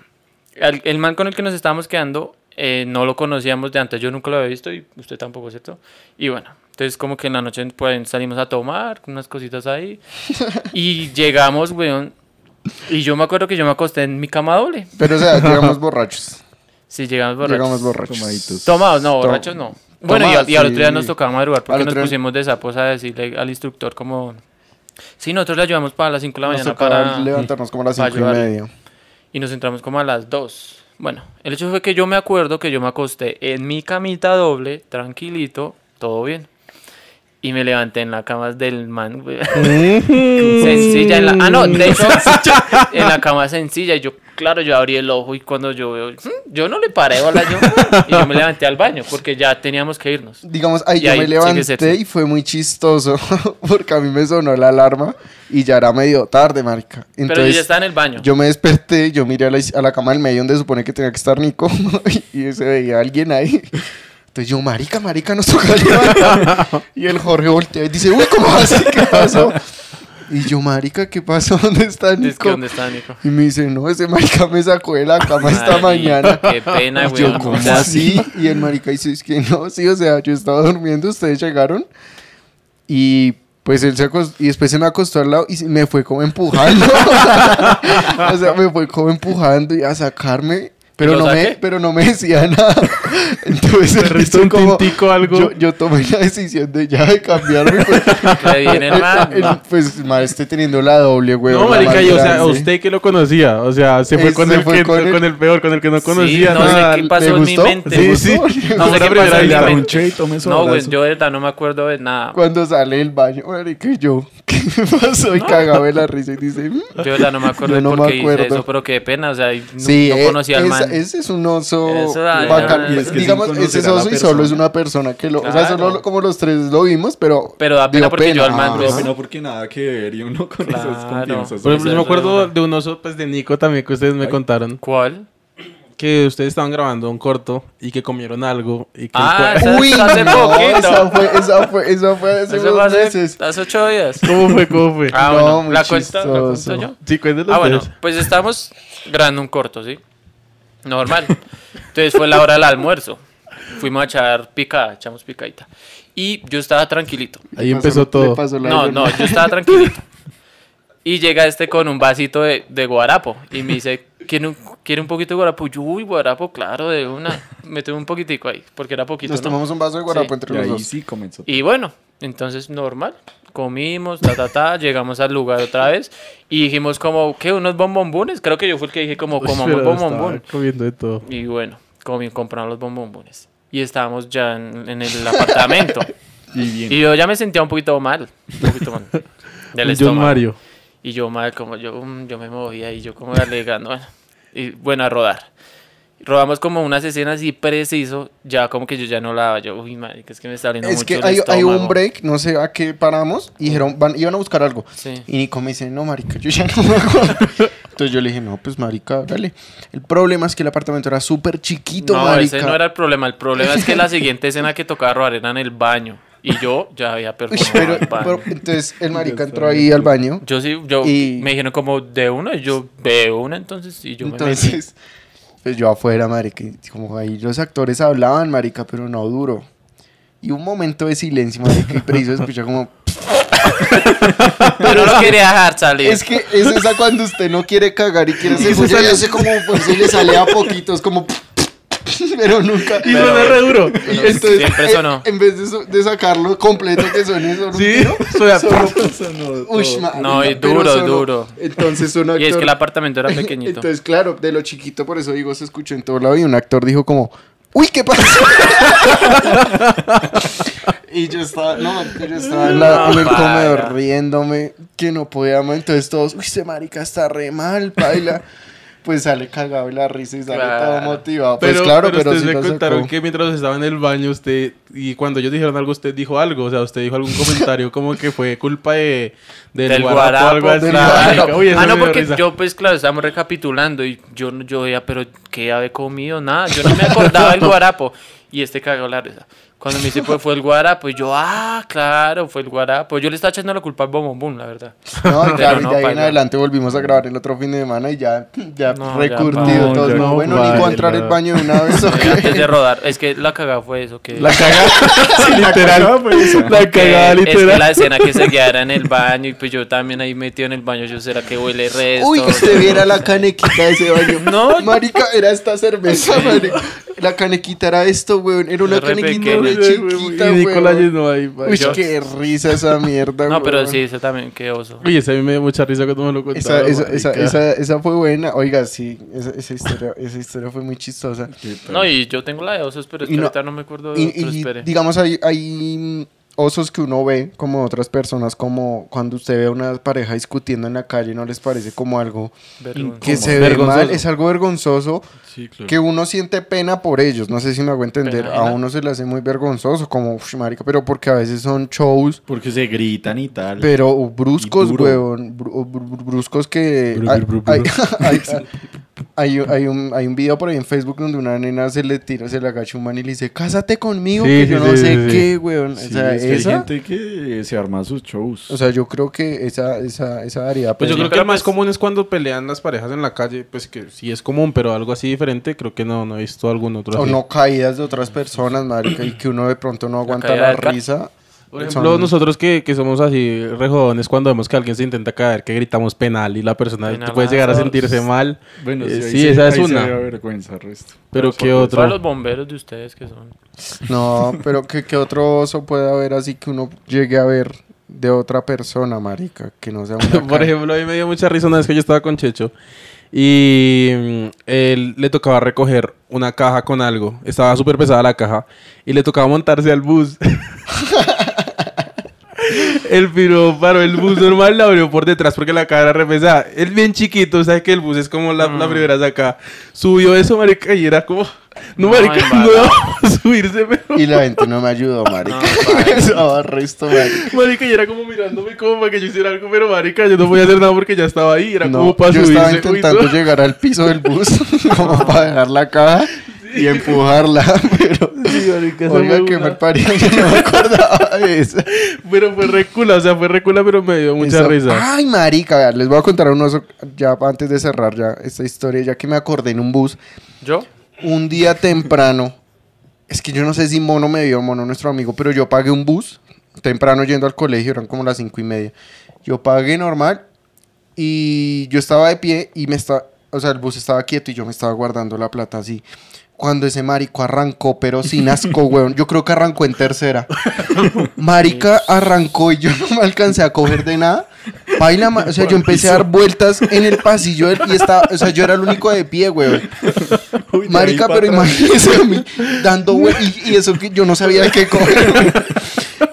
Speaker 3: El, el man con el que nos estábamos quedando eh, no lo conocíamos de antes, yo nunca lo había visto y usted tampoco, ¿cierto? Y bueno, entonces como que en la noche pues, salimos a tomar unas
Speaker 1: [laughs]
Speaker 3: cositas ahí y llegamos, weón. Y yo me acuerdo que yo me acosté en mi cama doble.
Speaker 1: Pero o sea, llegamos borrachos.
Speaker 3: Sí, llegamos borrachos.
Speaker 1: Llegamos borrachos.
Speaker 5: Tomaditos.
Speaker 3: Tomados, no,
Speaker 1: Tom-
Speaker 3: borrachos no. Bueno, y,
Speaker 1: Tomados,
Speaker 3: al- y al otro día
Speaker 1: sí.
Speaker 3: nos tocaba madrugar
Speaker 1: Al
Speaker 3: porque nos
Speaker 1: otro día-
Speaker 3: pusimos de sapos a decirle al instructor como... Sí, nosotros le ayudamos para las 5 de la
Speaker 1: Nos
Speaker 3: mañana
Speaker 1: tocaba
Speaker 3: para...
Speaker 1: levantarnos como a las
Speaker 3: para
Speaker 1: cinco y
Speaker 3: ayudarle.
Speaker 1: media.
Speaker 3: Y nos entramos como a las 2. Bueno, el hecho fue que yo me acuerdo que yo me acosté en mi camita doble, tranquilito, todo bien. Y me levanté en la cama del man. güey. [laughs] sencilla. En la, ah, no, de hecho, [laughs] en la cama sencilla. Y yo, claro, yo abrí el ojo y cuando yo veo, "Hmm, yo no le paré bola, yo, [laughs] Y yo me levanté al baño porque ya teníamos que irnos.
Speaker 1: Digamos, ahí
Speaker 3: Y
Speaker 1: yo
Speaker 3: ahí
Speaker 1: me
Speaker 3: sigue
Speaker 1: levanté
Speaker 3: sexy.
Speaker 1: y fue muy chistoso [laughs] porque a mí me sonó la alarma y ya era medio tarde, marica. Entonces,
Speaker 3: Pero yo ya estaba en el baño.
Speaker 1: yo me desperté, yo miré a la, a la cama del medio donde se supone que tenía que estar Nico [laughs] y se veía alguien ahí. Entonces yo, marica, marica, nos toca levantar. Y el Jorge voltea y dice, uy, ¿cómo así? ¿Qué pasó? Y yo, marica, ¿qué pasó? ¿Dónde está Nico?
Speaker 3: Dice que, ¿Dónde está Nico?
Speaker 1: Y me dice, no, ese marica me sacó de la cama esta
Speaker 3: Marica,
Speaker 1: mañana.
Speaker 3: Qué pena,
Speaker 1: Y
Speaker 3: güey.
Speaker 1: Ah, yo,
Speaker 3: [laughs]
Speaker 1: ¿cómo así? Y el marica dice, es que no, sí, o sea, yo estaba durmiendo, ustedes llegaron. Y pues él se acostó, y después se me acostó al lado y se- me [laughs] fue como empujando. o sea, me fue como empujando y a sacarme. Pero
Speaker 3: ¿Lo
Speaker 1: no, me,
Speaker 3: saqué?
Speaker 1: pero no me decía nada. [laughs] Entonces
Speaker 2: ¿Te restó un tintico algo?
Speaker 1: Yo, yo tomé la decisión de ya de cambiarme. Pues, [laughs]
Speaker 3: Le viene el man.
Speaker 1: el- el- pues mal estoy teniendo la doble, güey.
Speaker 2: no, marica, y, o sea, a usted que lo conocía, o sea, se fue,
Speaker 1: Eh,
Speaker 2: con,
Speaker 1: se
Speaker 2: el
Speaker 1: fue
Speaker 2: que-
Speaker 1: con el-
Speaker 2: con el peor, con el que no conocía
Speaker 3: no sé
Speaker 2: nada.
Speaker 3: qué pasó en mi mente.
Speaker 2: Sí,
Speaker 3: ¿Te
Speaker 2: sí.
Speaker 1: [laughs]
Speaker 3: No sé
Speaker 2: Fue la
Speaker 3: qué
Speaker 2: primera
Speaker 3: pasó en
Speaker 2: vez.
Speaker 3: la mente.
Speaker 5: Ponche y tome su
Speaker 3: No, güey,
Speaker 5: abrazo.
Speaker 3: yo de verdad no me acuerdo de nada.
Speaker 1: Cuando sale del baño, marica, y yo, [laughs] ¿qué me pasó? Y cagaba de la risa y dice, "Mm".
Speaker 3: Yo de verdad no me
Speaker 1: [laughs]
Speaker 3: acuerdo
Speaker 1: Yo
Speaker 3: de
Speaker 1: no
Speaker 3: por
Speaker 1: me
Speaker 3: qué hice
Speaker 1: acuerdo.
Speaker 3: eso, pero qué pena, o sea, y no,
Speaker 1: Sí,
Speaker 3: no
Speaker 1: eh,
Speaker 3: conocía al
Speaker 1: esa-
Speaker 3: man.
Speaker 1: ese es un oso
Speaker 3: Eso, ah, ay,
Speaker 1: bacán.
Speaker 3: no, no,
Speaker 1: Es-
Speaker 3: no.
Speaker 1: digamos,
Speaker 5: Es que sin
Speaker 1: ese es
Speaker 5: conocer a la
Speaker 1: oso y solo
Speaker 5: persona.
Speaker 1: es una persona que lo... O sea,
Speaker 3: Claro.
Speaker 1: solo lo- como los tres lo vimos, pero...
Speaker 3: Pero da pena
Speaker 1: dio
Speaker 3: porque yo al man
Speaker 1: Ajá.
Speaker 3: lo-
Speaker 5: Pero no porque nada que ver y uno con
Speaker 3: Claro.
Speaker 5: esas confianzas.
Speaker 2: Por ejemplo, yo me
Speaker 3: Esa es
Speaker 2: acuerdo
Speaker 3: la-
Speaker 2: de un oso, pues, de Nico también, que ustedes me contaron.
Speaker 3: ¿Cuál?
Speaker 2: Que ustedes estaban grabando un corto y que comieron algo. Y que el
Speaker 3: Ah,
Speaker 2: cua-
Speaker 3: esa-
Speaker 1: Uy,
Speaker 3: esa [laughs] hace
Speaker 1: no,
Speaker 3: poquito.
Speaker 1: esa fue, esa fue, esa fue hace
Speaker 3: Eso
Speaker 1: unos
Speaker 3: fue hace,
Speaker 1: meses.
Speaker 3: hace ocho
Speaker 1: [laughs]
Speaker 3: días.
Speaker 2: [laughs] ¿Cómo fue? ¿Cómo fue?
Speaker 3: Ah,
Speaker 1: No,
Speaker 3: bueno,
Speaker 1: muy
Speaker 3: ¿la cuento, ¿la cuento
Speaker 1: chistoso.
Speaker 3: yo?
Speaker 2: Sí, cuéntenos
Speaker 3: Ah, bueno,
Speaker 2: ustedes.
Speaker 3: pues estamos grabando un corto, ¿sí? Normal. Entonces fue la hora del almuerzo. Fuimos a echar picada, echamos picadita. Y yo estaba tranquilito.
Speaker 2: Ahí
Speaker 1: Le pasó-
Speaker 2: empezó
Speaker 1: le
Speaker 2: todo.
Speaker 1: pasó la
Speaker 3: No, [laughs]
Speaker 1: idea.
Speaker 3: no, yo
Speaker 2: [laughs]
Speaker 3: estaba tranquilito. Y llega este con un vasito de, de guarapo y me dice, ¿quiere un, ¿quiere un poquito de guarapo? Yo, uy, guarapo, claro, de una. Meteme un poquitico ahí, porque era poquito.
Speaker 1: Nos
Speaker 3: ¿no?
Speaker 1: tomamos un vaso de guarapo
Speaker 3: Sí.
Speaker 1: entre
Speaker 5: Y
Speaker 1: los
Speaker 5: ahí
Speaker 1: dos.
Speaker 5: sí comenzó.
Speaker 3: Y bueno, entonces normal. Comimos, ta, ta, ta, llegamos al lugar otra vez y dijimos como, ¿qué? ¿Unos bombombones? Creo que yo fui el que dije como,
Speaker 2: Uy,
Speaker 3: como
Speaker 2: pero
Speaker 3: un
Speaker 2: estaba
Speaker 3: bombombón.
Speaker 2: comiendo de todo.
Speaker 3: Y bueno, comí, compraron los bombombones. Y estábamos ya en, en
Speaker 2: [laughs]
Speaker 3: el apartamento.
Speaker 5: Y [laughs] bien.
Speaker 3: y yo ya me sentía un poquito mal. Un poquito mal. Del
Speaker 2: John
Speaker 3: estómago.
Speaker 2: Mario.
Speaker 3: Y yo mal, como yo, mm, yo me movía y yo como alegando. bueno. Y bueno, a rodar. Rodamos como unas escenas así preciso, ya como que yo ya no la daba. Yo, uy, madre, que es que me está abriendo
Speaker 1: Es
Speaker 3: mucho
Speaker 1: que
Speaker 3: el
Speaker 1: hay, hay un
Speaker 3: estómago".
Speaker 1: break, no sé a qué paramos, y dijeron, van, iban a buscar algo.
Speaker 3: Sí.
Speaker 1: Y Nico me dice, no, marica, yo ya no me acuerdo.
Speaker 3: [laughs]
Speaker 1: Entonces yo le dije, no, pues marica, dale. El problema es que el apartamento era súper chiquito,
Speaker 3: No,
Speaker 1: marica.
Speaker 3: ese no era el problema. El problema es que la siguiente escena que tocaba robar era en el baño. Y yo ya había
Speaker 1: [laughs] Uy,
Speaker 3: performado [laughs]
Speaker 1: pero,
Speaker 3: al baño.
Speaker 1: pero entonces el marica entró ahí al baño.
Speaker 3: yo sí, yo
Speaker 1: y-
Speaker 3: me dijeron como de una, y yo de una entonces, y yo me metí.
Speaker 1: Entonces, pues yo afuera, marica, y como ahí los actores hablaban, marica, pero no duro. Y un momento de silencio, marica, y preciso escucha como...
Speaker 3: Pero
Speaker 1: [laughs]
Speaker 3: no lo quería dejar salir.
Speaker 1: Es que es esa cuando usted no quiere cagar y quiere
Speaker 2: se
Speaker 1: hacer bulla y
Speaker 2: sale.
Speaker 1: hace como... Pues sí le sale a poquitos, como... Pero nunca...
Speaker 2: Y suena re duro.
Speaker 1: Y
Speaker 3: Pero siempre
Speaker 1: eh,
Speaker 3: sonó.
Speaker 1: En vez de, so- de sacarlo completo que suene solo un
Speaker 2: Sí,
Speaker 1: tiro, [laughs]
Speaker 2: suena.
Speaker 1: solo-
Speaker 5: Sonó todo.
Speaker 1: Ush, marica,
Speaker 3: No, y
Speaker 1: pero
Speaker 3: duro,
Speaker 1: solo-
Speaker 3: duro.
Speaker 1: Entonces un actor...
Speaker 3: y es que el apartamento era pequeñito.
Speaker 1: Entonces, claro, de lo chiquito, por eso digo, se escuchó en todo lado y un actor dijo como, uy, ¿qué pasó? [laughs] y yo estaba, no, yo estaba en, la-
Speaker 3: No,
Speaker 1: en el
Speaker 3: paila.
Speaker 1: comedor riéndome, que no podíamos, entonces todos, uy, ese marica está re mal, baila. Pues sale cagado y la risa y sale
Speaker 3: Claro.
Speaker 1: todo motivado. Pues
Speaker 2: Pero,
Speaker 1: claro, pero,
Speaker 2: ustedes
Speaker 1: sí
Speaker 2: me
Speaker 1: lo
Speaker 2: contaron
Speaker 1: sacó.
Speaker 2: que mientras estaba en el baño usted y cuando ellos dijeron algo usted dijo algo, o sea, usted dijo algún comentario como que fue culpa de del,
Speaker 3: del
Speaker 2: guarapo,
Speaker 3: guarapo,
Speaker 2: algo así.
Speaker 1: del
Speaker 3: claro.
Speaker 2: marica. Uy, eso
Speaker 3: ah,
Speaker 2: me
Speaker 3: no,
Speaker 2: dio
Speaker 3: porque
Speaker 2: risa.
Speaker 3: yo, pues claro, estábamos recapitulando y yo, no- yo veía, pero ¿qué había comido? Nada, yo no me acordaba del guarapo. Y este cagó la risa. Cuando me dice, pues fue el guarapo, y yo, ah, claro, fue el guarapo. Yo le estaba echando la culpa al bombombón,
Speaker 2: [laughs]
Speaker 3: la verdad.
Speaker 1: No, y [laughs]
Speaker 3: Pero
Speaker 1: claro, y
Speaker 3: no,
Speaker 1: de ahí en
Speaker 3: paila.
Speaker 1: adelante volvimos a grabar el otro fin de semana y ya, ya
Speaker 3: No, ya,
Speaker 1: recurtido
Speaker 3: paila.
Speaker 1: todos.
Speaker 2: No,
Speaker 1: No,
Speaker 2: ya,
Speaker 1: bueno,
Speaker 2: paila.
Speaker 1: ni encontrar el baño de una [laughs] vez. ¿o qué?
Speaker 3: Eh, Antes de rodar, es que la cagada fue eso, que...
Speaker 2: la cagada, literal. La
Speaker 3: que
Speaker 2: cagada
Speaker 3: es que
Speaker 2: literal.
Speaker 3: la escena que se quedara en el baño y pues yo también ahí metido en el baño, yo será que huele resto.
Speaker 1: Uy, que usted viera la canequita de ese baño.
Speaker 3: No.
Speaker 1: Marica, era esta cerveza, marica. La canequita era esto, weón. Era una
Speaker 3: Re
Speaker 1: canequita
Speaker 3: pequeña.
Speaker 1: re chiquita,
Speaker 2: y Nicolás
Speaker 1: weón.
Speaker 2: llenó ahí.
Speaker 1: Uy,
Speaker 2: marica.
Speaker 1: qué risa esa mierda,
Speaker 3: No, pero
Speaker 1: weón.
Speaker 3: sí, eso también, qué oso.
Speaker 2: Uy, esa a mí me dio mucha risa cuando me lo
Speaker 1: Esa,
Speaker 2: contaron.
Speaker 1: esa, esa,
Speaker 2: marica.
Speaker 1: esa, esa fue buena. Oiga, sí, esa, esa historia, esa historia fue muy chistosa.
Speaker 3: No, y yo tengo la de osos, pero es
Speaker 1: Y
Speaker 3: que
Speaker 1: no-
Speaker 3: ahorita no me acuerdo de
Speaker 1: Y,
Speaker 3: otro,
Speaker 1: y
Speaker 3: espere.
Speaker 1: digamos, hay, hay osos que uno ve como otras personas, como cuando usted ve a una pareja discutiendo en la calle, ¿no les parece como algo
Speaker 3: Vergüenza.
Speaker 1: que se ve
Speaker 2: Vergonzoso.
Speaker 1: mal? Es algo vergonzoso.
Speaker 5: Sí, claro.
Speaker 1: que uno siente pena por ellos, no sé si me hago entender,
Speaker 3: Pena
Speaker 1: a
Speaker 3: ajena.
Speaker 1: uno se le hace muy vergonzoso, como, uff, marica, pero porque a veces son shows,
Speaker 5: Porque se gritan y tal.
Speaker 1: pero bruscos,
Speaker 5: Y duro.
Speaker 1: weón, bru- bru- bru- bruscos que...
Speaker 2: Bru-
Speaker 1: hay-
Speaker 2: bru- bru-
Speaker 1: hay- [laughs] hay- Hay, hay un, hay un video por ahí en Facebook donde una nena se le tira, se le agacha un man y le dice, cásate conmigo,
Speaker 2: Sí,
Speaker 1: que
Speaker 2: sí,
Speaker 1: yo no
Speaker 2: sí,
Speaker 1: sé
Speaker 2: sí, sí.
Speaker 1: qué, weón.
Speaker 5: Sí,
Speaker 1: o sea,
Speaker 5: es que hay
Speaker 1: esa-
Speaker 5: gente que se arma sus shows.
Speaker 1: o sea, yo creo que esa, esa, esa área...
Speaker 2: Pues yo
Speaker 3: Sí,
Speaker 2: creo que
Speaker 3: pero
Speaker 2: el más
Speaker 3: pues-
Speaker 2: común es cuando pelean las parejas en la calle, pues que sí es común, pero algo así diferente, creo que no, no he visto algún otro.
Speaker 1: O
Speaker 2: así.
Speaker 1: no caídas de otras personas, marica, y que uno de pronto no aguanta
Speaker 3: caída
Speaker 1: la
Speaker 3: del carro.
Speaker 1: risa.
Speaker 2: Por ejemplo,
Speaker 1: Son-
Speaker 2: nosotros que, que somos así rejodones cuando vemos que alguien se intenta caer, que gritamos penal y la persona
Speaker 8: Penalazo.
Speaker 2: puede llegar a sentirse mal. Eh, sí,
Speaker 5: ahí
Speaker 2: esa es
Speaker 5: ahí
Speaker 2: una.
Speaker 5: Se da vergüenza, resto.
Speaker 2: Pero qué
Speaker 8: Para los
Speaker 2: otro.
Speaker 8: bomberos de ustedes que son.
Speaker 1: No, pero ¿qué, qué otro oso puede haber así que uno llegue a ver de otra persona, marica? Que no sea una
Speaker 2: [laughs] Por
Speaker 1: cara?
Speaker 2: ejemplo, a mí me dio mucha risa una vez que yo estaba con Checho y mm, él le tocaba recoger una caja con algo. Estaba súper pesada la caja y le tocaba montarse al bus. [laughs] El piro paró el bus normal, la abrió por detrás porque la cara era re pesada. Él bien chiquito, ¿sabes que el bus es como la,
Speaker 8: Mm.
Speaker 2: la primera saca? Subió eso, marica, y era como...
Speaker 8: No,
Speaker 2: No, marica,
Speaker 8: en
Speaker 2: [laughs] no,
Speaker 8: bala.
Speaker 2: va a subirse, pero...
Speaker 1: Y la gente no me ayudó,
Speaker 2: [laughs]
Speaker 1: marica. [laughs] Estaba resto, marica.
Speaker 2: Marica, y era como mirándome como para que yo hiciera algo, pero marica, yo no podía hacer nada porque ya estaba ahí. Era
Speaker 1: No,
Speaker 2: como para
Speaker 1: yo
Speaker 2: subirse.
Speaker 1: estaba
Speaker 2: Uy,
Speaker 1: intentando
Speaker 2: no.
Speaker 1: llegar al piso del bus [laughs] como para dejar la caja y empujarla, [laughs]
Speaker 2: [laughs]
Speaker 1: pero
Speaker 2: Sí, marica, esa
Speaker 1: oiga
Speaker 2: fue
Speaker 1: que
Speaker 2: una-
Speaker 1: mal parido, yo no me acordaba
Speaker 2: [laughs]
Speaker 1: de eso.
Speaker 2: Pero fue recula, o sea, fue recula, pero me dio mucha
Speaker 1: Eso-
Speaker 2: risa.
Speaker 1: Ay, marica, vea, les voy a contar un oso ya antes de cerrar ya esta historia, ya que me acordé en un bus
Speaker 8: [laughs] ¿Yo?
Speaker 1: un día temprano, es que yo no sé si Mono me vio, Mono nuestro amigo, pero yo pagué un bus temprano yendo al colegio, eran como las cinco y media. Yo pagué normal y yo estaba de pie y me estaba, o sea, el bus estaba quieto y yo me estaba guardando la plata así. Cuando ese marico arrancó, pero sin asco, weón. Yo creo que arrancó en tercera. Marica arrancó y yo no me alcancé a coger de nada. Baila, ma- o sea, yo empecé a dar vueltas en el pasillo del- y estaba, o sea, yo era el único de pie, weón.
Speaker 5: [laughs] Uy, de
Speaker 1: Marica,
Speaker 5: ahí pa'
Speaker 1: pero
Speaker 5: atrás.
Speaker 1: imagínese a
Speaker 2: [laughs]
Speaker 1: mí dando güey. Y, y eso que yo no sabía de qué coger. güey.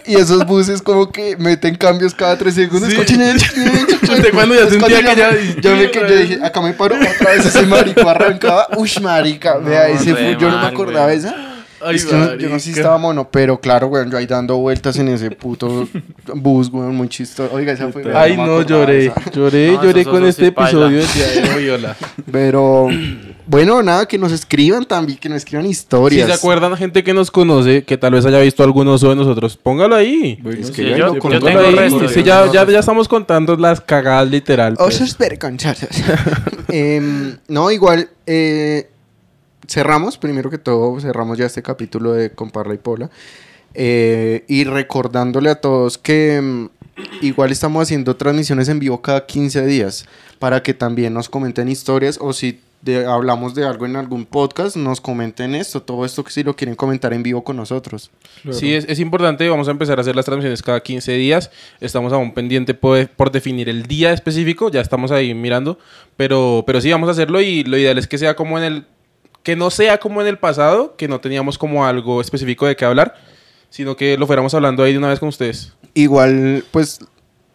Speaker 1: Y esos buses como que meten cambios cada tres segundos.
Speaker 2: Sí. [laughs]
Speaker 1: Desde
Speaker 2: Desde cuando ya sentía que ya-
Speaker 1: Yo me que yo dije, acá me paro otra vez ese marico arrancaba. Uy, marica, vea,
Speaker 8: No,
Speaker 1: ese
Speaker 8: re
Speaker 1: fue, yo no me
Speaker 8: mal,
Speaker 1: acordaba de
Speaker 8: güey.
Speaker 1: esa.
Speaker 2: Ay,
Speaker 1: Ah, Es que no- yo no sé si
Speaker 2: marica.
Speaker 1: estaba mono, pero claro, güey, yo ahí dando vueltas en ese puto bus, güey, muy chistoso. Oiga, esa fue... me
Speaker 2: Ay, no,
Speaker 1: acordaba de
Speaker 2: lloré.
Speaker 1: esa.
Speaker 2: Lloré,
Speaker 8: No,
Speaker 2: lloré
Speaker 8: esos
Speaker 2: con
Speaker 8: osos
Speaker 2: este
Speaker 8: sí paila.
Speaker 2: episodio del día de hoy,
Speaker 1: [laughs]
Speaker 2: hola.
Speaker 1: Pero, bueno, nada, que nos escriban también, que nos escriban
Speaker 2: Si
Speaker 1: historias.
Speaker 2: se acuerdan, gente que nos conoce, que tal vez haya visto algún oso de nosotros, póngalo ahí.
Speaker 5: Bueno,
Speaker 1: Es
Speaker 5: sí,
Speaker 1: que
Speaker 5: ahí
Speaker 1: yo-
Speaker 5: lo
Speaker 1: yo
Speaker 5: conozco.
Speaker 2: Póngalo
Speaker 8: tengo
Speaker 2: ahí.
Speaker 8: resto,
Speaker 2: Sí,
Speaker 8: yo
Speaker 2: ya,
Speaker 5: [laughs]
Speaker 8: tengo
Speaker 2: ya,
Speaker 8: resto.
Speaker 2: ya estamos contando las cagadas literal. pues. pero-
Speaker 1: Osos percanchados. [laughs] Em, no, igual. eh, cerramos, primero que todo, cerramos ya este capítulo de Comparla y Pola. Eh, y recordándole a todos que em, igual estamos haciendo transmisiones en vivo cada 15 días para que también nos comenten historias o si de- hablamos de algo en algún podcast, nos comenten esto, todo esto que si lo quieren comentar en vivo con nosotros.
Speaker 2: Sí, es, es importante. Vamos a empezar a hacer las transmisiones cada 15 días. Estamos aún pendiente por, por definir el día específico. Ya estamos ahí mirando. Pero, pero sí, vamos a hacerlo y lo ideal es que sea como en el... Que no sea como en el pasado, que no teníamos como algo específico de qué hablar, sino que lo fuéramos hablando ahí de una vez con ustedes.
Speaker 1: Igual, pues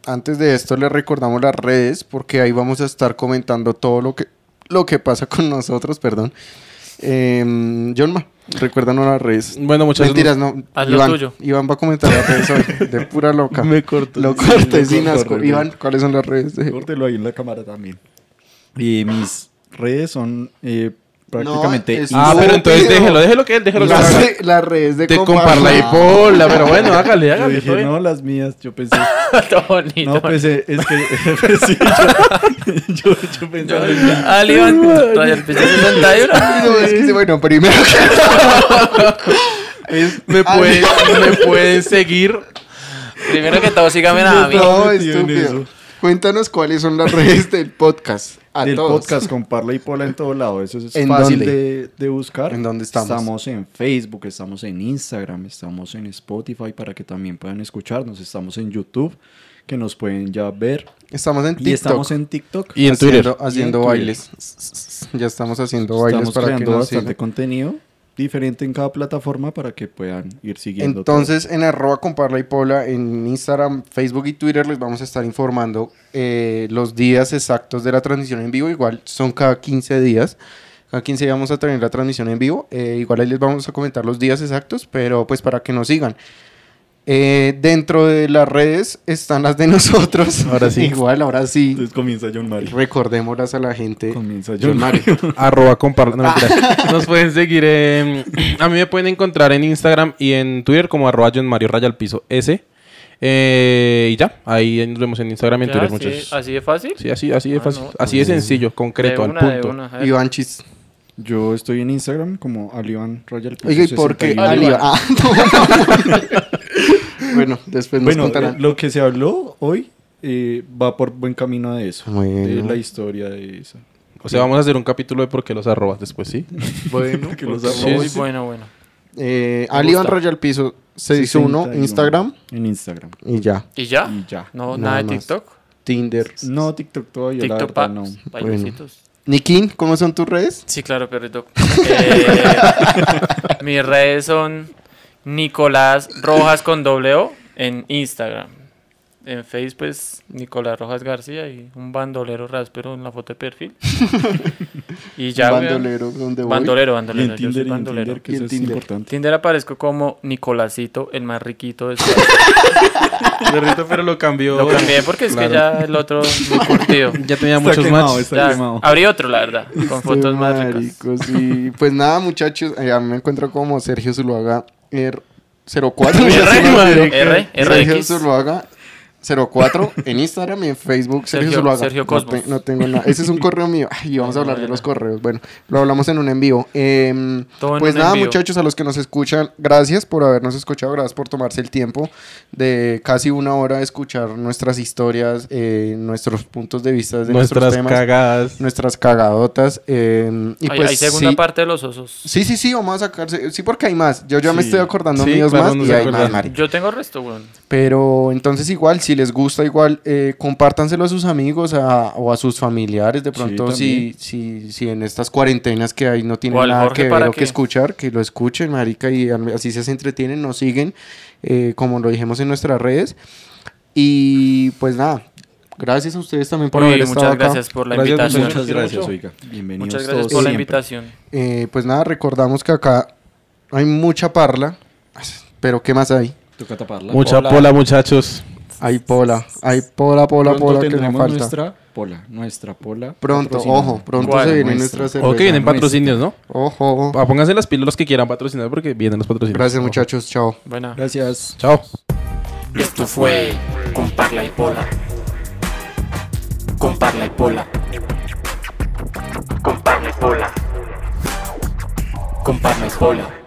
Speaker 1: antes de esto les recordamos las redes porque ahí vamos a estar comentando todo lo que lo que pasa con nosotros, perdón. Eh, Jonma, recuérdanos las redes.
Speaker 2: Bueno, muchas
Speaker 1: Mentiras, no.
Speaker 8: Haz lo
Speaker 1: Iván,
Speaker 8: tuyo.
Speaker 1: Iván va a comentar las redes hoy, de pura
Speaker 5: [laughs]
Speaker 1: loca.
Speaker 2: Me corto.
Speaker 1: Lo corté
Speaker 5: Sí,
Speaker 1: sin
Speaker 5: lo
Speaker 1: asco.
Speaker 5: corto,
Speaker 1: Iván, ¿cuáles son las redes? de-
Speaker 5: [laughs] Córtelo ahí en la cámara también. Y mis redes son eh, prácticamente.
Speaker 1: es-
Speaker 5: in-
Speaker 2: Ah, pero entonces
Speaker 1: Estúpido.
Speaker 2: déjelo, déjelo que él, déjelo que
Speaker 1: Las,
Speaker 2: haga.
Speaker 1: re- las redes de
Speaker 2: Te
Speaker 1: Comparla
Speaker 2: comparla y pola, pero bueno, hágale,
Speaker 5: yo
Speaker 2: hágale.
Speaker 5: dije,
Speaker 2: todo bien.
Speaker 5: no, las mías. Yo [laughs] pensé.
Speaker 8: Está bonito.
Speaker 5: no, pensé, es que. [laughs] pues, sí, yo, [laughs] yo, yo pensé.
Speaker 8: Yo- Ah, León, todavía el piso 61.
Speaker 1: [laughs] No, es que, bueno, primero que
Speaker 2: Me,
Speaker 1: Ah,
Speaker 2: pueden, me pueden seguir.
Speaker 8: Primero que todo, síganme a mí.
Speaker 1: todo,
Speaker 5: metido en
Speaker 1: estúpido.
Speaker 5: eso.
Speaker 1: Cuéntanos cuáles son las redes del podcast. A
Speaker 5: del
Speaker 1: todos.
Speaker 5: podcast con Parla y Pola en todo lado. Eso
Speaker 1: [laughs]
Speaker 5: es
Speaker 1: ¿En
Speaker 5: fácil
Speaker 1: dónde?
Speaker 5: de, de buscar.
Speaker 1: ¿En dónde estamos?
Speaker 5: Estamos en Facebook, estamos en Instagram, estamos en Spotify para que también puedan escucharnos. Estamos en YouTube, que nos pueden ya ver.
Speaker 1: Estamos en
Speaker 5: Y
Speaker 1: TikTok.
Speaker 5: estamos en TikTok.
Speaker 2: Y en
Speaker 1: haciendo,
Speaker 2: Twitter.
Speaker 1: haciendo
Speaker 5: Y en
Speaker 1: bailes. Ya estamos haciendo bailes
Speaker 5: Estamos
Speaker 1: para que
Speaker 5: creando
Speaker 1: nos
Speaker 5: bastante
Speaker 1: sigan.
Speaker 5: contenido diferente en cada plataforma para que puedan ir siguiendo. todo.
Speaker 1: Entonces, en arroba con Parla y Pola, en Instagram, Facebook y Twitter les vamos a estar informando eh, los días exactos de la transmisión en vivo. Igual son cada 15 días. Cada 15 días vamos a tener la transmisión en vivo. Eh, igual ahí les vamos a comentar los días exactos, pero pues para que nos sigan. Eh, dentro de las redes están las de [laughs] nosotros. Ahora sí. Igual, ahora sí.
Speaker 5: Entonces comienza John Mario.
Speaker 1: Recordémoslas a la gente.
Speaker 5: Comienza
Speaker 1: John
Speaker 5: John
Speaker 1: Mario.
Speaker 5: [laughs] Mario.
Speaker 2: [laughs] Arroba comparla. No, mentira. [laughs] Nos pueden seguir en... A mí me pueden encontrar en Instagram y en Twitter como arroba John Mario Raya al Piso S. Eh, y ya, ahí nos vemos en Instagram y en
Speaker 8: Ya, Ah,
Speaker 2: Twitter,
Speaker 8: sí,
Speaker 2: muchachos.
Speaker 8: ¿Así de fácil?
Speaker 2: Sí, así, así de
Speaker 8: Ah,
Speaker 2: fácil.
Speaker 8: no.
Speaker 2: Así de sencillo, concreto,
Speaker 8: de
Speaker 2: al
Speaker 8: una,
Speaker 2: punto.
Speaker 8: De una. A ver.
Speaker 1: Iván Chis.
Speaker 5: Yo estoy en Instagram como Alivan Royal.
Speaker 1: [laughs] Oiga, ¿y por qué?
Speaker 5: 61.
Speaker 1: Aliva. Ah, no, ah, Bueno, después nos
Speaker 5: Bueno,
Speaker 1: contarán.
Speaker 5: eh, lo que se habló hoy eh, va por buen camino de eso.
Speaker 1: Muy bien,
Speaker 5: De
Speaker 1: ¿no?
Speaker 5: la historia de eso.
Speaker 2: O
Speaker 5: [laughs]
Speaker 2: sea, vamos a hacer un capítulo de por qué los arrobas después,
Speaker 8: [laughs]
Speaker 2: ¿sí?
Speaker 1: Bueno,
Speaker 5: Porque los
Speaker 2: Sí,
Speaker 3: Muy
Speaker 5: arrobas-
Speaker 3: bueno, bueno.
Speaker 1: [laughs] eh, Ali Van Raya al piso 61,
Speaker 5: 61.
Speaker 1: Instagram
Speaker 5: En Instagram.
Speaker 1: y ya.
Speaker 3: ¿Y ya?
Speaker 5: Y ya.
Speaker 1: Nada
Speaker 3: No, nada de
Speaker 1: más.
Speaker 3: TikTok.
Speaker 1: Tinder.
Speaker 5: No, TikTok todavía, la
Speaker 3: TikTok
Speaker 5: verdad,
Speaker 3: pa
Speaker 5: no.
Speaker 3: bailecitos.
Speaker 1: Nikin, ¿cómo son tus redes?
Speaker 3: Sí, claro, perrito.
Speaker 5: [laughs]
Speaker 3: Eh, mis redes son Nicolás Rojas con doble O en Instagram. En Facebook, pues, Nicolás Rojas García y un bandolero raspero en la foto de
Speaker 5: [laughs]
Speaker 3: perfil. y ya, weón.
Speaker 1: bandolero, donde voy.
Speaker 3: Bandolero,
Speaker 5: Y en
Speaker 3: bandolero. Yo
Speaker 5: Tinder,
Speaker 3: soy
Speaker 5: y en
Speaker 3: bandolero.
Speaker 5: Tinder, que
Speaker 1: Y
Speaker 5: eso
Speaker 1: en
Speaker 5: es
Speaker 1: Tinder.
Speaker 5: importante.
Speaker 3: Tinder aparezco como Nicolásito, el más riquito de su
Speaker 2: Berrito, pero lo cambió.
Speaker 3: Lo cambié porque es que ya el otro es
Speaker 5: [laughs]
Speaker 3: muy curtido.
Speaker 2: ya tenía
Speaker 5: Está
Speaker 2: muchos
Speaker 5: quemado,
Speaker 2: matches.
Speaker 5: está
Speaker 3: Ya,
Speaker 5: quemado. Este
Speaker 3: abrí otro, la verdad, con fotos más ricas.
Speaker 1: Marico, sí. [laughs] Pues nada, muchachos, eh, a mí me encuentro como Sergio Zuluaga R
Speaker 3: [laughs]
Speaker 1: 04.
Speaker 3: R,
Speaker 1: ya
Speaker 5: Este
Speaker 1: se me olvidó.
Speaker 3: R,
Speaker 1: Sergio
Speaker 3: RX.
Speaker 1: Zuluaga
Speaker 3: [laughs]
Speaker 1: 04 en Instagram y en Facebook. Sergio,
Speaker 3: Sergio-
Speaker 1: Zuluaga.
Speaker 3: Sergio
Speaker 1: No
Speaker 3: Cosmos.
Speaker 1: te- No, tengo nada. Ese
Speaker 3: [laughs]
Speaker 1: es un correo mío. Ay, vamos a hablar de los correos. Bueno, lo hablamos en un en vivo. Eh,
Speaker 3: Todo en
Speaker 1: pues
Speaker 3: un
Speaker 1: nada,
Speaker 3: en vivo.
Speaker 1: muchachos, a los que nos escuchan, gracias por habernos escuchado. Gracias por tomarse el tiempo de casi una hora de escuchar nuestras historias, eh, nuestros puntos de vista de nuestros
Speaker 2: Nuestras
Speaker 1: temas
Speaker 2: cagadas.
Speaker 1: nuestras cagadotas. eh, y
Speaker 3: hay,
Speaker 1: pues,
Speaker 3: hay segunda
Speaker 1: sí,
Speaker 3: parte de los osos.
Speaker 1: Sí, sí, sí, vamos a sacarse. Sí, porque hay más. Yo ya me
Speaker 5: Sí.
Speaker 1: estoy acordando
Speaker 2: Sí,
Speaker 1: míos
Speaker 2: claro,
Speaker 1: más
Speaker 2: no
Speaker 1: y
Speaker 2: se
Speaker 1: hay
Speaker 2: acuerdan.
Speaker 1: más, marica.
Speaker 3: Yo tengo resto, weón.
Speaker 1: Pero entonces, igual, si les gusta, igual, eh, compártanselo a sus amigos a- o a sus familiares. De
Speaker 5: Sí,
Speaker 1: pronto, si,
Speaker 5: también.
Speaker 1: si, si en estas cuarentenas que hay no
Speaker 3: O
Speaker 1: tienen
Speaker 3: al
Speaker 1: nada
Speaker 3: Jorge
Speaker 1: que ver
Speaker 3: para
Speaker 1: o que
Speaker 3: que-
Speaker 1: escuchar, que lo escuchen, marica, y al- así se entretienen, nos siguen, eh, como lo dijimos en nuestras redes. Y pues nada, gracias a ustedes también por
Speaker 3: Uy,
Speaker 1: haber estado
Speaker 3: muchas
Speaker 1: acá.
Speaker 3: gracias por la
Speaker 2: Gracias,
Speaker 3: invitación.
Speaker 5: Muchas
Speaker 2: Quiero
Speaker 5: gracias,
Speaker 2: mucho.
Speaker 5: oiga. Bienvenidos
Speaker 3: Muchas gracias
Speaker 5: todos
Speaker 3: por la
Speaker 5: siempre.
Speaker 3: invitación.
Speaker 1: Eh, pues nada, recordamos que acá hay mucha parla, pero ¿qué más hay?
Speaker 5: Toca taparla.
Speaker 2: Mucha pola, muchachos.
Speaker 1: Hay pola, hay pola, pola,
Speaker 5: Pronto
Speaker 1: pola que no
Speaker 5: tendremos
Speaker 1: falta.
Speaker 5: nuestra pola, nuestra pola.
Speaker 1: Pronto,
Speaker 5: patrocinada.
Speaker 1: ojo, pronto
Speaker 3: ¿Cuál?
Speaker 1: se viene
Speaker 5: Nuestra.
Speaker 1: nuestra cerveza.
Speaker 2: O que vienen
Speaker 5: nuestra.
Speaker 2: patrocinios, ¿no?
Speaker 1: Ojo,
Speaker 2: Ah, Pónganse las pilas los que quieran patrocinar porque vienen los patrocinios.
Speaker 1: gracias muchachos, chao.
Speaker 3: Buena.
Speaker 5: Gracias.
Speaker 2: Chao.
Speaker 9: Esto fue Con Parla y Pola. Con Parla y Pola. Con Parla y Pola. Con Parla y Pola.